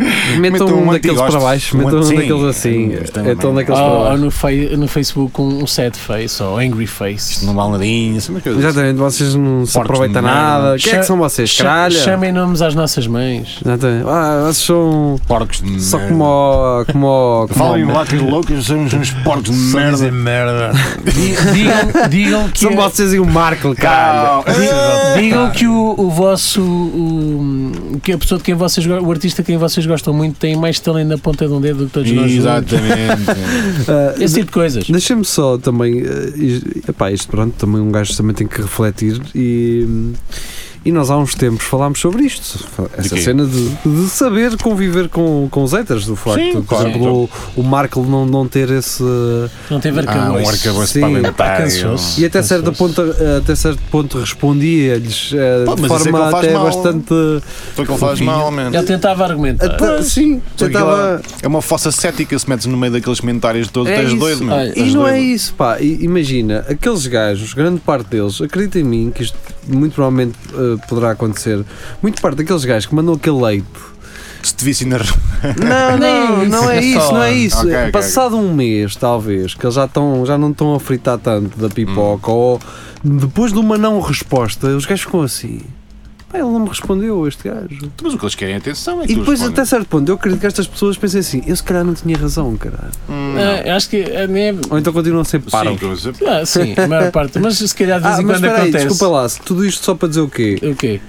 metam
metam um
um daqueles
antigosto,
para baixo,
um
metam um
anti-
daqueles assim.
Sim, isto é uma
Metam
merda.
daqueles para
Ou,
baixo.
ou no, fei- no Facebook um, um sad face ou angry face.
Não vale nadinha, assim, umas coisas.
Exatamente, vocês não se
Porcos
aproveitam
de merda.
nada. Quem é que
Cha-
são vocês?
Cha-
Caralho!
Chamem nomes às nossas mães.
Exatamente. Ah, vocês são
Porcos de
só
merda. um
como. o- como, o-
Falam em
como o-
vacas loucas, somos
um
uns porcos de
Só
merda.
dizer merda.
Di- Digam, digam que,
São vocês e o
Ah.
Marco, caralho!
Calma.
digam que o, o vosso. o- que a pessoa de quem vocês go- o artista de quem vocês gostam muito tem mais talento na ponta de um dedo do que todos nós. juntos.
Exatamente.
Ah,
Esse tipo de coisas.
Deixa-me só também. eh, is- Epá, isto pronto, também um gajo também tem que refletir e. E nós há uns tempos falámos sobre isto, fa- essa
quê?
cena de, de saber conviver com, com os héteros, do facto, por
claro.
exemplo, o, o Marco não, não ter esse.
Não teve
Ah, um
arcabouço.
arcabouço
Sim.
parlamentar.
Cansou-se.
E até certo ponto, eh, até certo ponto respondia-lhes eh,
Pá,
de
mas isso é que
forma
ele faz
até
mal.
bastante.
Foi que ele faz mal, man.
Ele tentava argumentar.
até- Então, sim,
Só que
tentava.
aquilo É uma fossa cética se metes no meio daqueles comentários todos.
É
Estás
isso.
doido, man.
Olha,
E
Estás
não é
doido.
isso, pá. I- Imagina, aqueles gajos, grande parte deles, acredita em mim que isto muito provavelmente eh, poderá acontecer. Muito parte daqueles gajos que mandam aquele leite. é
Se te vissem na rua.
Não, não, não é isso, não é
um.
isso.
Ok, ok,
Passado um mês, talvez, que eles já, estão, já não estão a fritar tanto da pipoca,
Hum.
ou depois de uma não resposta, os gajos ficam assim. Pá, ele não me respondeu, este gajo.
Mas o que eles querem é atenção. É que
E
tu
depois,
respondes.
até certo ponto, eu acredito que estas pessoas pensem assim: eu se calhar não tinha razão, caralho.
Ah, acho que é, nem é-
Ou então continuam a ser
Sim,
parvos.
que eu vou dizer.
ah, sim, a maior parte. Mas se calhar de vez
Ah,
em
mas
quando
espera aí,
acontece.
desculpa lá, se tudo isto só para dizer o quê?
O quê?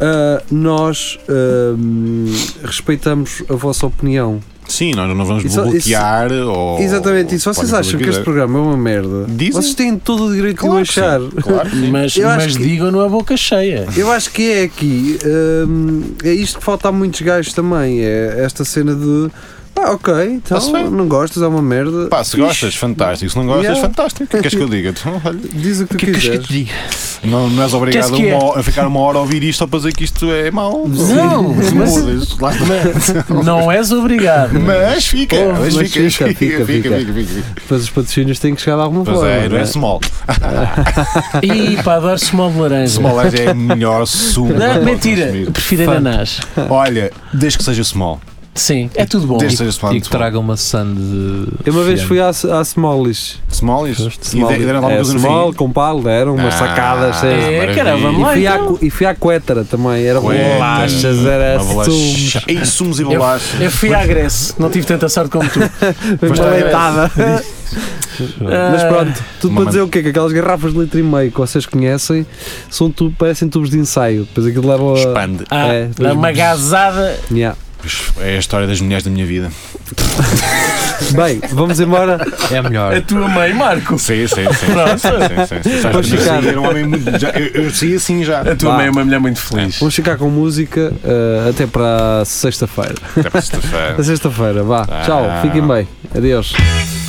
Ah, nós ahm, respeitamos a ah, vossa opinião.
Sim, nós não vamos
Isso- isso-
bloquear ou.
Exatamente, e se vocês
podem
acham que este
fazer o quiser.
programa é uma merda,
Dizem.
vocês têm todo o direito de o
Claro que
achar.
sim, Claro. que sim.
Mas,
Eu acho
mas
que-
digam-no a boca cheia.
Eu acho que é aqui, hum, é isto que falta a muitos gajos também, é esta cena de pá, ok, então
Tá-se bem.
não gostas, é uma merda.
Pá, se gostas, fantástico. Se não gostas,
Yeah.
fantástico. O que é que queres que eu diga? Tu, olha,
Diz o que tu
que é que eu
quiseres.
te digo?
Não, não és obrigado
Queres que é?
uma hora- a ficar uma hora a ouvir isto só para dizer que isto é mau.
Não, mas-
Foda-se, lá está.
Não és obrigado.
Mas fica,
Ouve,
mas
mas
fica,
fica, fica, fica.
fica.
Mas os patrocínios têm que chegar de alguma
Pois
forma.
é, não
não
é
é?
small.
E pá, adoro small de laranja.
Small é a melhor sumo. para
Não, mentira,
consumir.
prefiro ananás.
Olha, desde que seja small.
Sim, é tudo bom.
Desde que seja small.
E que traga uma sand de.
é? Eu uma vez
fiambre.
fui à, à Smallish.
Small isto. E de-
Smallish.
e deram lá uma
É,
coisa no
small,
fim.
com palo, deram umas
Ah,
sacadas. cheias.
É,
maravilha.
caramba,
E
vamos lá
fui, à,
então.
cu- e fui à Quetara também, era
Cuetas,
bolachas, era
uma bolacha.
sumos,
Ei, sumos e
Eu,
bolachas.
eu fui à Grécia, não tive tanta sorte como tu.
foi
Mas
uma
tá-
leitada. Mas pronto, tudo
Uma
para dizer o quê? Que aquelas garrafas de litro e meio que vocês conhecem são tu, parecem tubos de ensaio. Depois aquilo leva a.
Expande.
Ah,
É,
dá uma gazada.
Yeah.
É a história das mulheres da minha vida.
Bem, vamos embora.
É melhor.
A tua mãe, Marco.
Sim, sim, sim.
Pronto.
sim, sim, sim. Sabes
Vamos
que eu
ficar.
saí, era um homem muito- já- eu- Eu saí assim já.
A tua
Vá.
mãe é uma mulher muito feliz.
Vamos ficar com música eh, até para sexta-feira.
Até para sexta-feira. Ah.
A sexta-feira, vá.
Tchau.
Tchau, fiquem bem. Adeus.